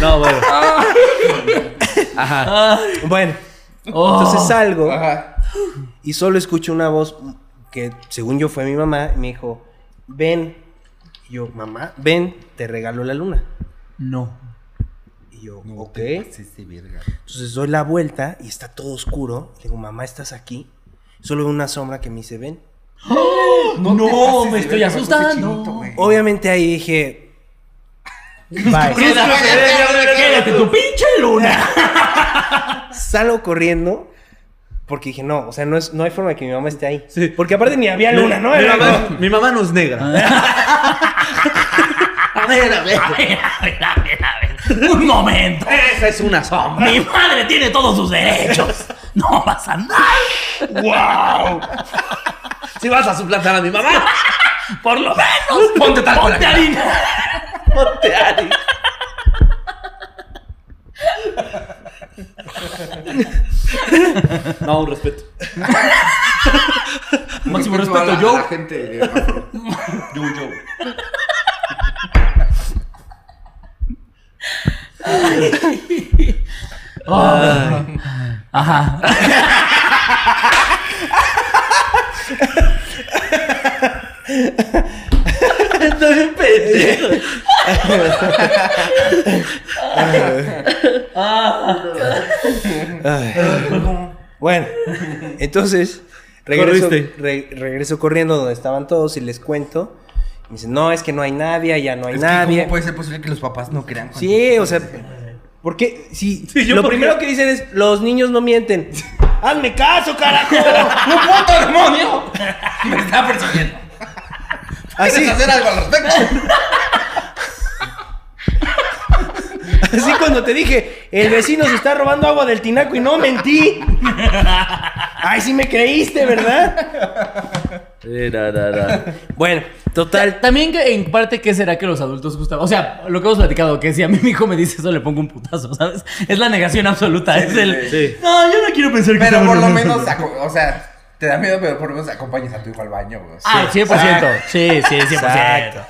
C: No, bueno. Ajá.
E: Bueno,
D: Oh.
E: entonces salgo
B: Ajá.
E: y solo escucho una voz que según yo fue mi mamá y me dijo, ven. Y yo, mamá, ven, te regalo la luna.
D: No.
E: Y yo, ok.
B: Sí, sí, verga.
E: Entonces doy la vuelta y está todo oscuro. Le digo, mamá, ¿estás aquí? Solo veo una sombra que me dice, ven.
D: No,
B: te pases
D: me
B: de
D: estoy
B: verga, me puse
D: asustando. Oh,
B: chinito, güey.
E: Obviamente ahí dije, bye.
D: ¡Quédate tu pinche luna!
E: Salgo corriendo porque dije, no, o sea, no, es, no hay forma de que mi mamá esté ahí. Porque aparte ni había luna, ¿no?
C: Mi
E: Era
C: mamá,
E: como-
C: mi mamá no es negra. A ver, a ver.
D: A ver, a ver, a ver, a ver. Un momento.
C: Esa es una sombra.
D: Mi madre tiene todos sus derechos. No pasa nada.
C: ¡Wow! Si vas a suplantar a mi mamá,
D: Por lo menos. Ponte tal Ponte harina.
C: ponte Ari. No, un respeto.
D: Máximo
B: Respeto a
D: respeto,
B: la- a
D: yo.
B: la gente. eh, afro. Yo, yo.
C: Ah.
D: Ajá.
C: Estoy bien pendejo.
E: Bueno, entonces regreso,
C: Corriste.
E: re- regreso corriendo donde estaban todos y les cuento. Me dicen, no, es que no hay nadie, ya no hay
B: Es que,
E: nadie.
B: ¿Cómo puede ser posible que los papás no crean? cuando-
E: Sí, o sea, porque si
C: Sí, yo
E: lo
C: porque-
E: primero que dicen es los niños no mienten. Hazme caso, carajo.
B: ¡Un puto demonio! Me está persiguiendo.
D: Ah,
E: Así,
B: ¿Quieres hacer algo al respecto?
E: Así cuando te dije, el vecino se está robando agua del tinaco y no mentí. Ay, sí me creíste, ¿verdad?
C: Sí, no, no, no.
E: Bueno, total.
D: También que en parte, ¿qué será que los adultos gustan? O sea, lo que hemos platicado, que si a mí mi hijo me dice eso, le pongo un putazo, ¿sabes? Es la negación absoluta. es el.
C: sí.
D: No, yo no quiero pensar que
B: Pero
D: estaba
B: por lo
D: enojado".
B: menos, aco- o sea, te da miedo, pero por lo menos acompañas a tu hijo al baño, güey.
D: Ah, 100%. Sí, sí, 100%.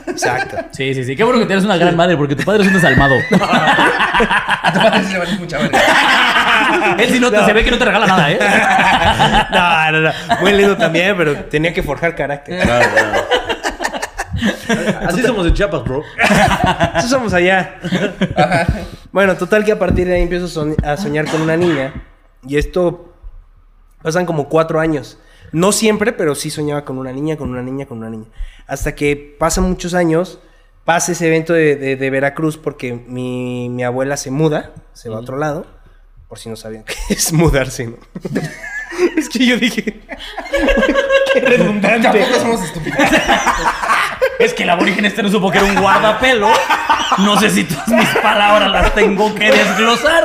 E: Exacto, exacto.
D: Sí, sí, sí. Qué bueno que tienes una gran madre porque tu padre es un desalmado.
B: A tu padre sí le vale mucha verga.
D: Él si no, te, se ve que no te regala nada, ¿eh?
E: No, no, no. Muy lindo también, pero tenía que forjar carácter.
C: No, no. Así somos de Chiapas, bro.
E: Eso somos allá. Bueno, total que a partir de ahí empiezo soñ- a soñar con una niña. Y esto pasan como cuatro años. No siempre, pero sí soñaba con una niña, con una niña, con una niña. Hasta que pasan muchos años, pasa ese evento de, de- de Veracruz porque mi, mi abuela se muda, se va a otro lado. Por si no sabían que es mudarse, ¿no? es que yo dije... ¡Qué redundante!
B: Tampoco somos estúpidos.
D: Es que el aborigen este no supo que era un guardapelo. No sé si todas mis palabras las tengo que desglosar.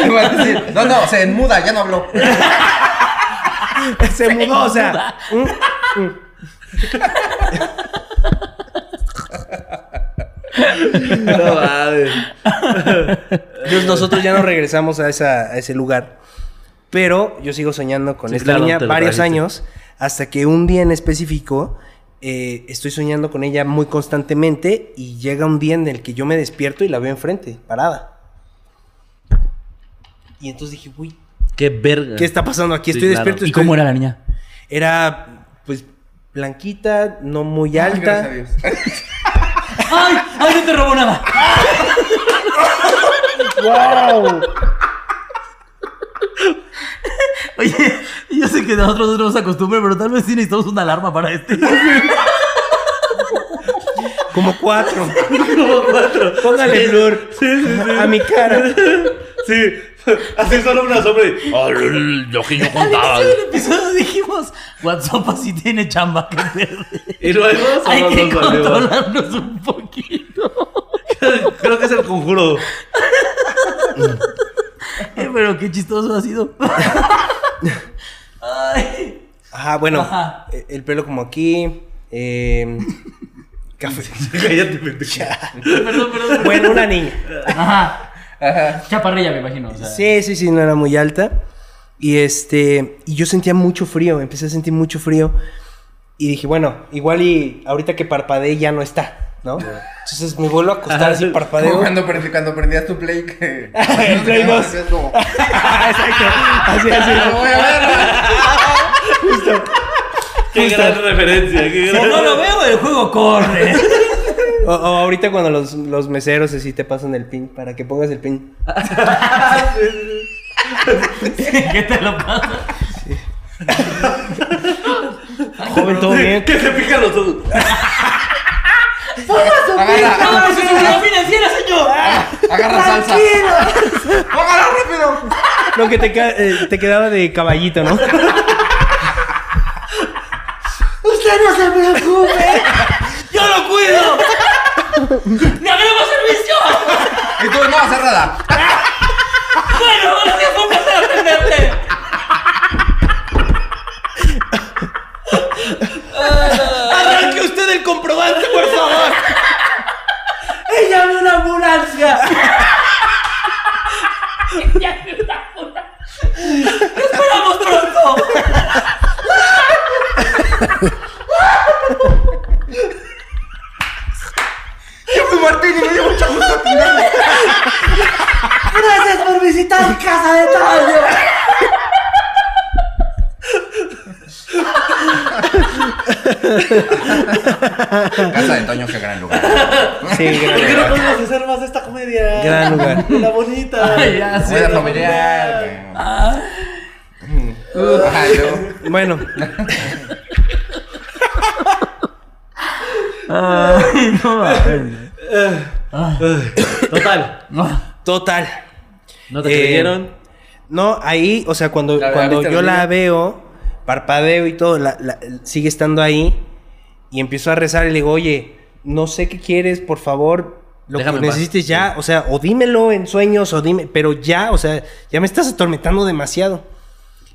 B: Me va a decir, No, no, se enmuda, ya no habló.
E: Se mudó, o sea.
C: No mames.
E: Entonces nosotros ya no regresamos a, esa- a ese lugar. Pero yo sigo soñando con
C: Sí,
E: esta
C: claro,
E: niña
C: te lo
E: varios
C: trajiste.
E: años. Hasta que un día en específico eh, estoy soñando con ella muy constantemente. Y llega un día en el que yo me despierto y la veo enfrente, parada. Y entonces dije, uy,
C: Qué verga.
E: ¿qué está pasando aquí?
C: Eh, Sí,
E: Estoy
C: claro.
E: despierto.
D: ¿Y
E: estoy-
D: cómo era la niña?
E: Era, pues, blanquita, no muy
C: Ah,
E: alta.
B: Gracias a Dios.
D: ¡Ay! ¡Ay, no te robó nada!
E: ¡Wow!
D: Oye, yo sé que nosotros no nos acostumbra, pero tal vez sí necesitamos una alarma para este.
E: Como cuatro.
C: Como cuatro.
E: Póngale
C: Sí,
E: flor
C: Sí, sí, sí.
E: a mi cara.
C: Sí. Así solo una sombra y. "Ah, Lo que yo
D: Al
C: contaba.
D: inicio del episodio dijimos, WhatsApp así tiene chamba que perder.
C: Y luego
D: Hay
C: solo
D: que
C: nos valió.
D: controlarnos un poquito.
C: Creo que es el conjuro.
D: Eh, Pero qué chistoso ha sido. Ay.
E: Ajá, bueno,
D: Ajá.
E: eh, el pelo como aquí. eh, café.
C: Cállate, pendeja.
D: Perdón, perdón.
E: Bueno, una niña.
D: Ajá. Chaparrilla, me imagino. o sea.
E: Sí, sí, sí, no era muy alta. Y este, y yo sentía mucho frío, empecé a sentir mucho frío. Y dije, bueno, igual y ahorita que parpadeé ya no está, ¿no? Entonces me vuelvo a acostar
C: Ajá,
E: así
C: sí.
B: Como
E: parpadeo.
B: cuando, prendí- cuando prendías tu play que.
E: El Play dos.
B: Es como,
E: Exacto. Así, así.
B: "Ah, voy a ver".
C: Qué gran referencia. Qué
D: Si
C: gran...
D: no lo veo, el juego corre.
E: O, o ahorita cuando los, los meseros así te pasan el pin para que pongas el pin.
D: ¿Qué te lo pasa?
E: Joven, todo bien.
C: Que se pican los ojos.
B: Agarra,
D: ¡No, eso es una financiera, señor!
B: Ah, agarra salsa. ¡Agarra rápido!
E: Lo que te, ca- eh, te quedaba de caballito, ¿no?
D: ¡Yo lo cuido! ¡Me agrego servicio!
B: Y tú, no, cerrada.
D: Bueno, gracias, fue un placer atenderte.
E: Arranque usted el comprobante, por favor.
D: ¡Ella es una ambulancia! ¡Te esperamos pronto!
B: Yo fui Martín y me dio mucho gusto atenderlo.
D: ¡Gracias por visitar Casa de Tallo!
B: Casa de Toño, qué gran lugar.
E: Sí, gran
C: ¿Por qué no
E: lugar.
C: podemos hacer más de esta comedia?
E: Gran lugar.
C: De la bonita.
D: Ay, Ah, ya sé.
B: Buena familiar. güey. Ajá, y luego,
E: Bueno,
D: Ay, no mames.
C: Total.
D: No.
E: total.
C: ¿No te
E: Eh,
C: creyeron?
E: No, ahí, o sea, cuando,
B: ¿La- la
E: cuando
B: viste
E: yo
B: al
E: la
B: niño?
E: veo, parpadeo y todo, la- la- sigue estando ahí. Y empiezo a rezar y le digo, oye, no sé qué quieres, por favor, lo
C: Déjame en
E: que
C: paz".
E: necesites ya, o sea, o dímelo en sueños, o dime, pero ya, o sea, ya me estás atormentando demasiado.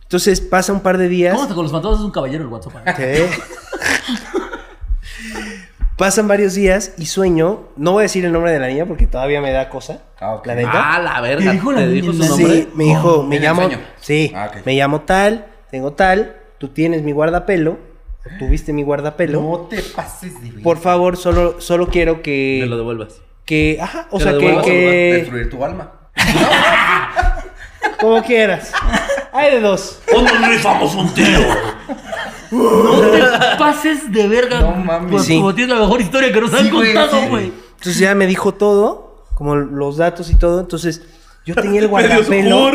E: Entonces pasa un par de días.
D: ¿Cómo te con los fantasmas es un caballero el WhatsApp? ¿eh?
E: Pasan varios días y sueño. No voy a decir el nombre de la niña porque todavía me da cosa.
B: Ah, ok.
E: La neta.
C: Ah, la verga.
D: ¿Te dijo la
C: ¿Te
D: niña
C: dijo
D: el
C: su
D: nombre?
C: nombre?
E: sí, me dijo,
B: Oh,
E: me
B: en el
E: llamo.
B: sueño.
E: Sí,
B: Ah, ok.
E: me llamo tal, tengo tal. Tú tienes mi guardapelo. o Tuviste mi guardapelo.
B: No te pases de
E: Por favor, solo, solo quiero que.
C: Me lo devuelvas.
E: que. Ajá, o
C: Te
E: sea,
C: lo
E: que.
C: devuelvo,
E: que-
B: Destruir tu alma.
E: como quieras. Hay de dos.
H: ¿O nos rifamos un tiro?
D: Pases de verga.
B: No mames.
D: Pues,
E: Sí.
D: Como tienes la mejor historia que nos han
B: Sí, güey,
D: contado,
B: sí.
D: güey.
E: Entonces ya me dijo todo, como los datos y todo. Entonces yo tenía el guardapelo.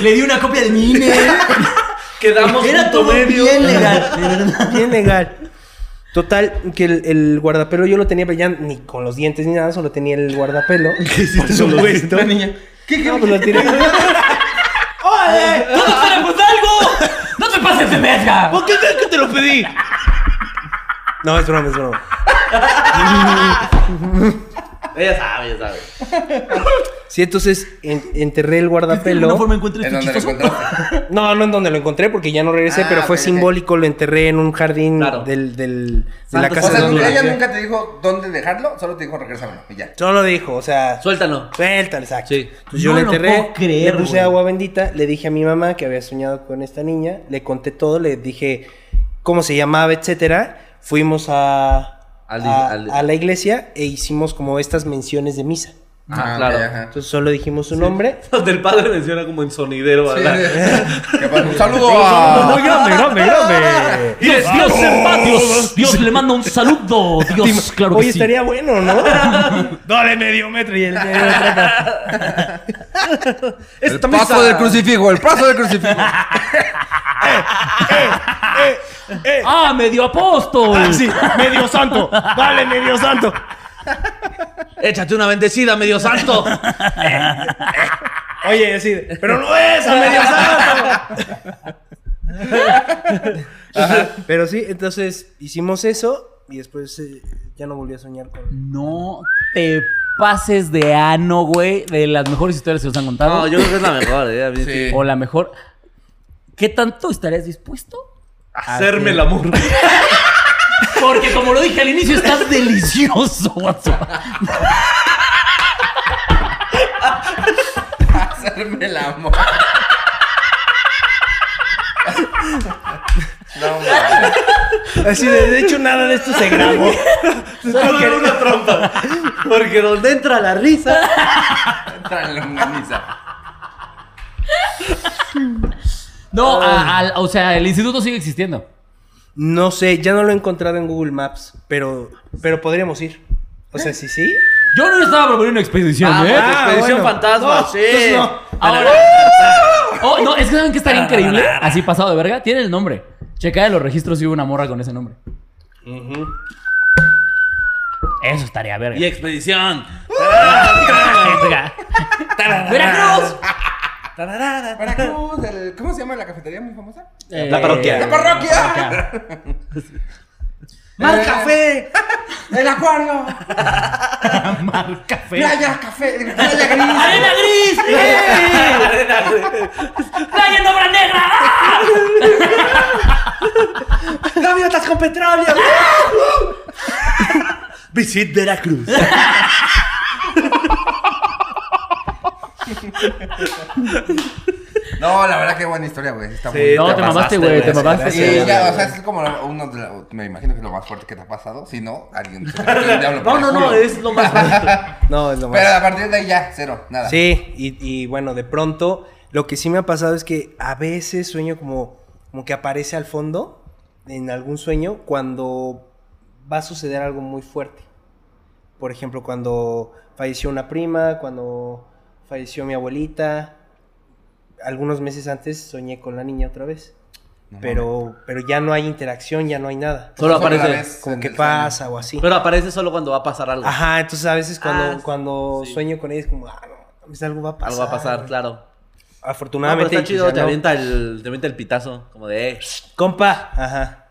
D: Le di una copia de mi INE.
C: Quedamos
D: Era
C: punto
D: todo
C: medio.
D: bien legal, de verdad.
E: Bien legal. Total, que el, el guardapelo yo lo tenía, pero ya ni con los dientes ni nada, solo tenía el guardapelo. ¿Qué hiciste con los dientes?
B: La niña. ¿Qué, qué?
E: No, pues lo tiré. ¡Órale!
D: ¡Todos tenemos algo! ¡No te pases de verga!
E: ¿Por qué crees que te lo pedí? No, es broma, es broma.
C: Ella sabe, ella sabe.
E: Sí, entonces en- enterré el
D: De
E: guardapelo.
D: alguna forma encuentro
B: ¿En
D: esto
B: dónde la
D: chistoso.
B: encontraste?
E: No, no en donde lo encontré porque ya no regresé,
B: Ah,
E: pero fue
B: ok, ok.
E: simbólico, lo enterré en un jardín
C: Claro.
E: del, del, de la
C: Santo
E: casa
B: pues, O sea,
E: de
B: nunca-
E: donde
B: ella
E: vivía.
B: nunca te dijo dónde dejarlo, solo te dijo regresármelo y ya.
E: Solo dijo, o sea,
C: Suéltalo.
E: Suéltale, exacto.
C: Sí.
E: Entonces yo
D: No
E: le
D: lo
E: enterré,
D: puedo creer,
E: le puse
D: güey.
E: agua bendita, le dije a mi mamá que había soñado con esta niña, le conté todo, le dije cómo se llamaba, etcétera. Fuimos a,
C: Al-
E: a,
C: al-
E: a la iglesia e hicimos como estas menciones de misa.
C: Ah,
B: ok,
C: claro.
B: ajá.
E: Entonces solo dijimos su nombre.
C: Los del padre menciona como en sonidero a la-
B: Sí. Que pasa? Un saludo a...
D: Dios, Dios, Dios, Dios le manda un saludo. Dios, claro
E: Oye,
D: que sí.
E: estaría bueno, ¿no? Dale medio metro y el medio metro acá.
C: Esta
B: El paso
C: misa-
B: del crucifijo, el paso del crucifijo.
D: ¡Ah, medio
C: Ah,
D: apóstol!
E: Ah, Sí, medio santo. Dale medio santo.
C: Échate una bendecida, medio santo.
E: Oye, así, de, pero no es a medio santo. Ajá, Pero sí, entonces hicimos eso y después eh, ya no volví a soñar con.
D: No te pases de ano, güey. De las mejores historias que nos han contado.
C: No, yo creo que es la mejor. eh, a mí sí.
B: Sí.
D: O la mejor. ¿Qué tanto estarías dispuesto?
E: Ah,
C: Hacerme el amor.
D: Porque como lo dije al inicio, estás delicioso, WhatsApp.
B: Hacerme el amor. No, mames.
E: Así de, de hecho, nada de esto se grabó.
C: Solo era una trampa. Porque donde entra la risa.
B: Entra en la longaniza.
D: No, a- al- o sea, el instituto sigue existiendo.
E: No sé, ya no lo he encontrado en Google Maps, pero, pero podríamos ir. O sea, sí, sí.
D: Yo no le estaba proponiendo una expedición,
C: Vamos,
D: ¿eh?
C: Ah, pues, expedición
E: Ah, bueno.
C: fantasma.
E: No,
C: sí.
E: entonces no.
D: Ahora. Oh, no, es que saben que estaría increíble. Así pasado de verga. Tiene el nombre. Checa de los registros si hubo una morra con ese nombre. Eso estaría verga.
C: Y expedición.
E: Ah.
D: Verga. Veracruz.
B: Veracruz, el- ¿cómo se llama la cafetería muy famosa?
D: Eh, La
C: parroquia.
B: ¡La Eh, parroquia!
C: ¡Mal café!
B: ¡El acuario!
D: Café.
B: ¡Playa café! ¡Playa gris!
D: ¡Arena gris! ¡Eh! ¡Playa en obra negra! ¡Ah!
C: ¡Gaviotas con petróleo! Visit Veracruz.
B: No, la verdad que buena historia, güey. Está muy
C: Sí,
D: No, te mamaste, güey. Te mamaste.
B: Sí,
D: sí.
B: ya, o sea, es como uno de la- me imagino que es lo más fuerte que te ha pasado, si no, alguien se te metió el diablo por
C: No,
B: el
C: no, no,
B: culo.
C: es lo más bonito.
E: No, es lo más.
B: Pero a partir de ahí ya, cero, nada.
E: Sí, y, y bueno, de pronto lo que sí me ha pasado es que a veces sueño como, como que aparece al fondo en algún sueño cuando va a suceder algo muy fuerte. Por ejemplo, cuando falleció una prima, cuando falleció mi abuelita. Algunos meses antes soñé con la niña otra vez.
B: No
E: Pero, pero ya no hay interacción, ya no hay nada.
C: Solo
B: la
C: aparece.
B: vez
E: Como
B: Pues, en
E: que
B: el sueño.
E: pasa o así.
C: Pero aparece solo cuando va a pasar algo.
E: Ajá, entonces a veces cuando,
C: Ah,
E: cuando
C: sí.
E: sueño con ella es como, ah, no, pues algo va a pasar.
C: Algo va a pasar, claro. No, pero
E: Afortunadamente. pues,
C: está chido,
E: ya
C: te
E: no.
C: avienta el, te avienta el pitazo, como de eh,
E: Compa. Ajá.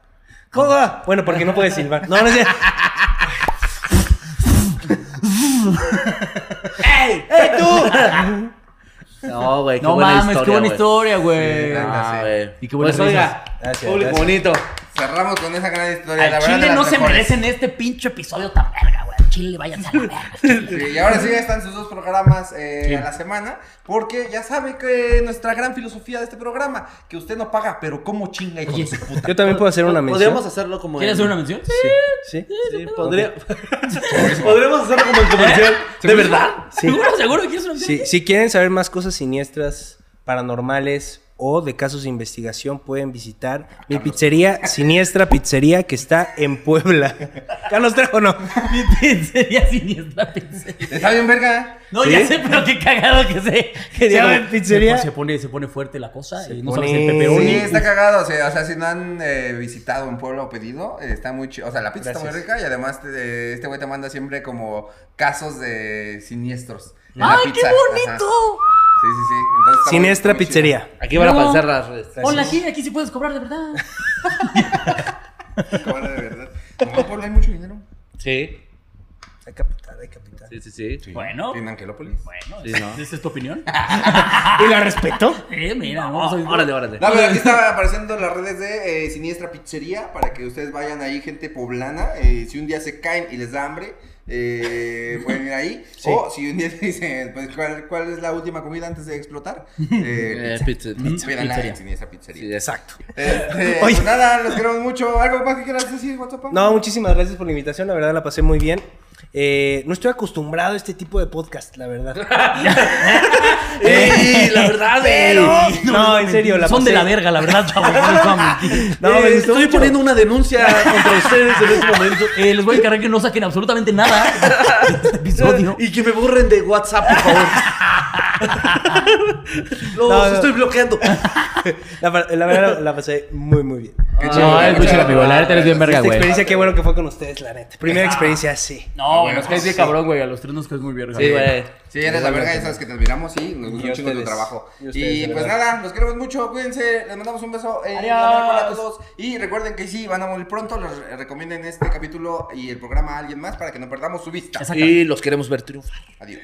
E: ¡Joda! Bueno, porque no puede silbar. No, no es cierto. ¡Ey! ¡Ey, tú!
C: No, güey, qué
D: No
C: buena
D: mames,
C: historia,
D: qué buena
C: güey.
D: historia, güey.
B: Sí,
C: Ah,
B: Sí.
C: güey.
D: Y qué buenas
C: Pues oiga,
D: risas.
E: Gracias,
C: público
E: gracias.
C: bonito.
B: Cerramos con esa gran historia. la
D: Al
B: verdad, de
D: Chile
B: las
D: no se
B: mejores.
D: merecen este pinche episodio tan verga, güey. Al Chile, váyanse a la verga.
B: Sí, y ahora sí están sus dos programas eh, a la semana, porque ya sabe que nuestra gran filosofía de este programa, que usted no paga, pero cómo chinga hijo de su puta.
E: Yo también puedo hacer una mención.
C: Podríamos hacerlo como.
D: ¿Quieres
C: en-
D: hacer una mención?
E: Sí, sí.
C: Sí, podría- Podríamos hacerlo como el comercial.
D: ¿Eh?
C: ¿De verdad?
E: Sí.
D: ¿Seguro, seguro que quieres una mención?
E: Si, si quieren saber más cosas siniestras, paranormales o de casos de investigación, pueden visitar mi pizzería, Siniestra Pizzería, que está en Puebla. Carlos Trejo, no.
D: Mi pizzería siniestra pensé.
B: Está bien, verga.
D: No,
E: ¿Sí?
D: ya sé, pero qué cagado que se. Que
E: Se llama
D: se-
E: pizzería.
D: Se pone, se pone fuerte la cosa.
E: Se
D: y no
E: pone-
D: sabes el
E: Pero
B: Sí,
E: ni-
D: pepperoni.
B: está cagado. O sea, o sea, si no han eh, visitado un pueblo o pedido, eh, está muy chido. O sea, la pizza está muy
E: Gracias.
B: rica y además te- eh, este güey te manda siempre como casos de siniestros. en la
D: ¡Ay, qué
B: pizza. Ajá.
D: bonito!
B: Sí, sí, sí. Entonces, está muy-
E: Siniestra
B: muy chido.
E: Pizzería.
C: Aquí van a
D: No.
C: pasar las redes.
D: Hola, aquí, aquí sí puedes cobrar, de verdad.
B: Cámara de verdad. No, en Puebla hay mucho dinero.
C: Sí,
E: Hay capital, hay capital.
C: sí, sí, sí.
D: Bueno.
B: En Angelópolis.
D: Bueno,
C: Sí, ¿no?
D: ¿esa es tu opinión?
C: Ah.
E: ¿Y la respeto?
D: Eh, mira, no, soy-
C: Oh, órale, órale.
B: No, pero aquí está apareciendo las redes de eh, Siniestra Pizzería para que ustedes vayan ahí, gente poblana. eh, si un día se caen y les da hambre, eh, pueden ir ahí. O si un día te dicen, pues, ¿cuál, cuál es la última comida antes de explotar? Eh,
C: Eh, pizza-
B: pizza. Véanla
D: pizzería.
B: en Siniestra
C: Sí,
B: Pizzería.
C: exacto.
B: Este,
E: Oye.
B: pues nada, los queremos mucho. ¿Algo más que quieras decir, WhatsApp?
E: No, muchísimas gracias por la invitación, la verdad la pasé muy bien. Eh, no estoy acostumbrado a este tipo de podcast, la verdad.
C: ¡Ey! La verdad, pero.
E: No, en serio, la
D: Son de
E: pasé-
D: la verga, la verdad, chavos. no les voy a mentir.
E: No, me
C: Eh,
E: gustó
C: estoy
E: mucho.
C: poniendo una denuncia contra ustedes en este momento.
D: Eh, les voy a encargar que no saquen absolutamente nada de este episodio.
C: Y que me borren de WhatsApp, por favor.
E: No,
C: Los
E: no.
C: estoy bloqueando. Ah,
E: La, la verdad la pasé muy, muy bien.
B: Qué chido, Este
D: Ay,
B: muchas
D: escucha,
B: gracias.
D: amigo, la neta eres bien verga,
E: Esta
D: güey.
E: experiencia, qué bueno que fue con ustedes, la neta. Primera experiencia, sí.
D: No, güey, nos caes bien cabrón, güey. A los tres nos caes muy verga.
C: Sí, güey.
B: Sí, eres la verga, ya sabes que te admiramos y nos gusta
E: Y
B: un chingo tu
E: ustedes.
B: trabajo.
E: Y ustedes,
B: Y
E: de
B: pues
E: verdad.
B: nada, los queremos mucho, cuídense, les mandamos un beso en
D: Adiós.
B: la miércoles a todos. Y recuerden que sí, van a morir pronto, les re- recomienden este capítulo y el programa a alguien más para que no perdamos su vista.
D: Exacto.
C: Y los queremos ver triunfar.
B: Adiós.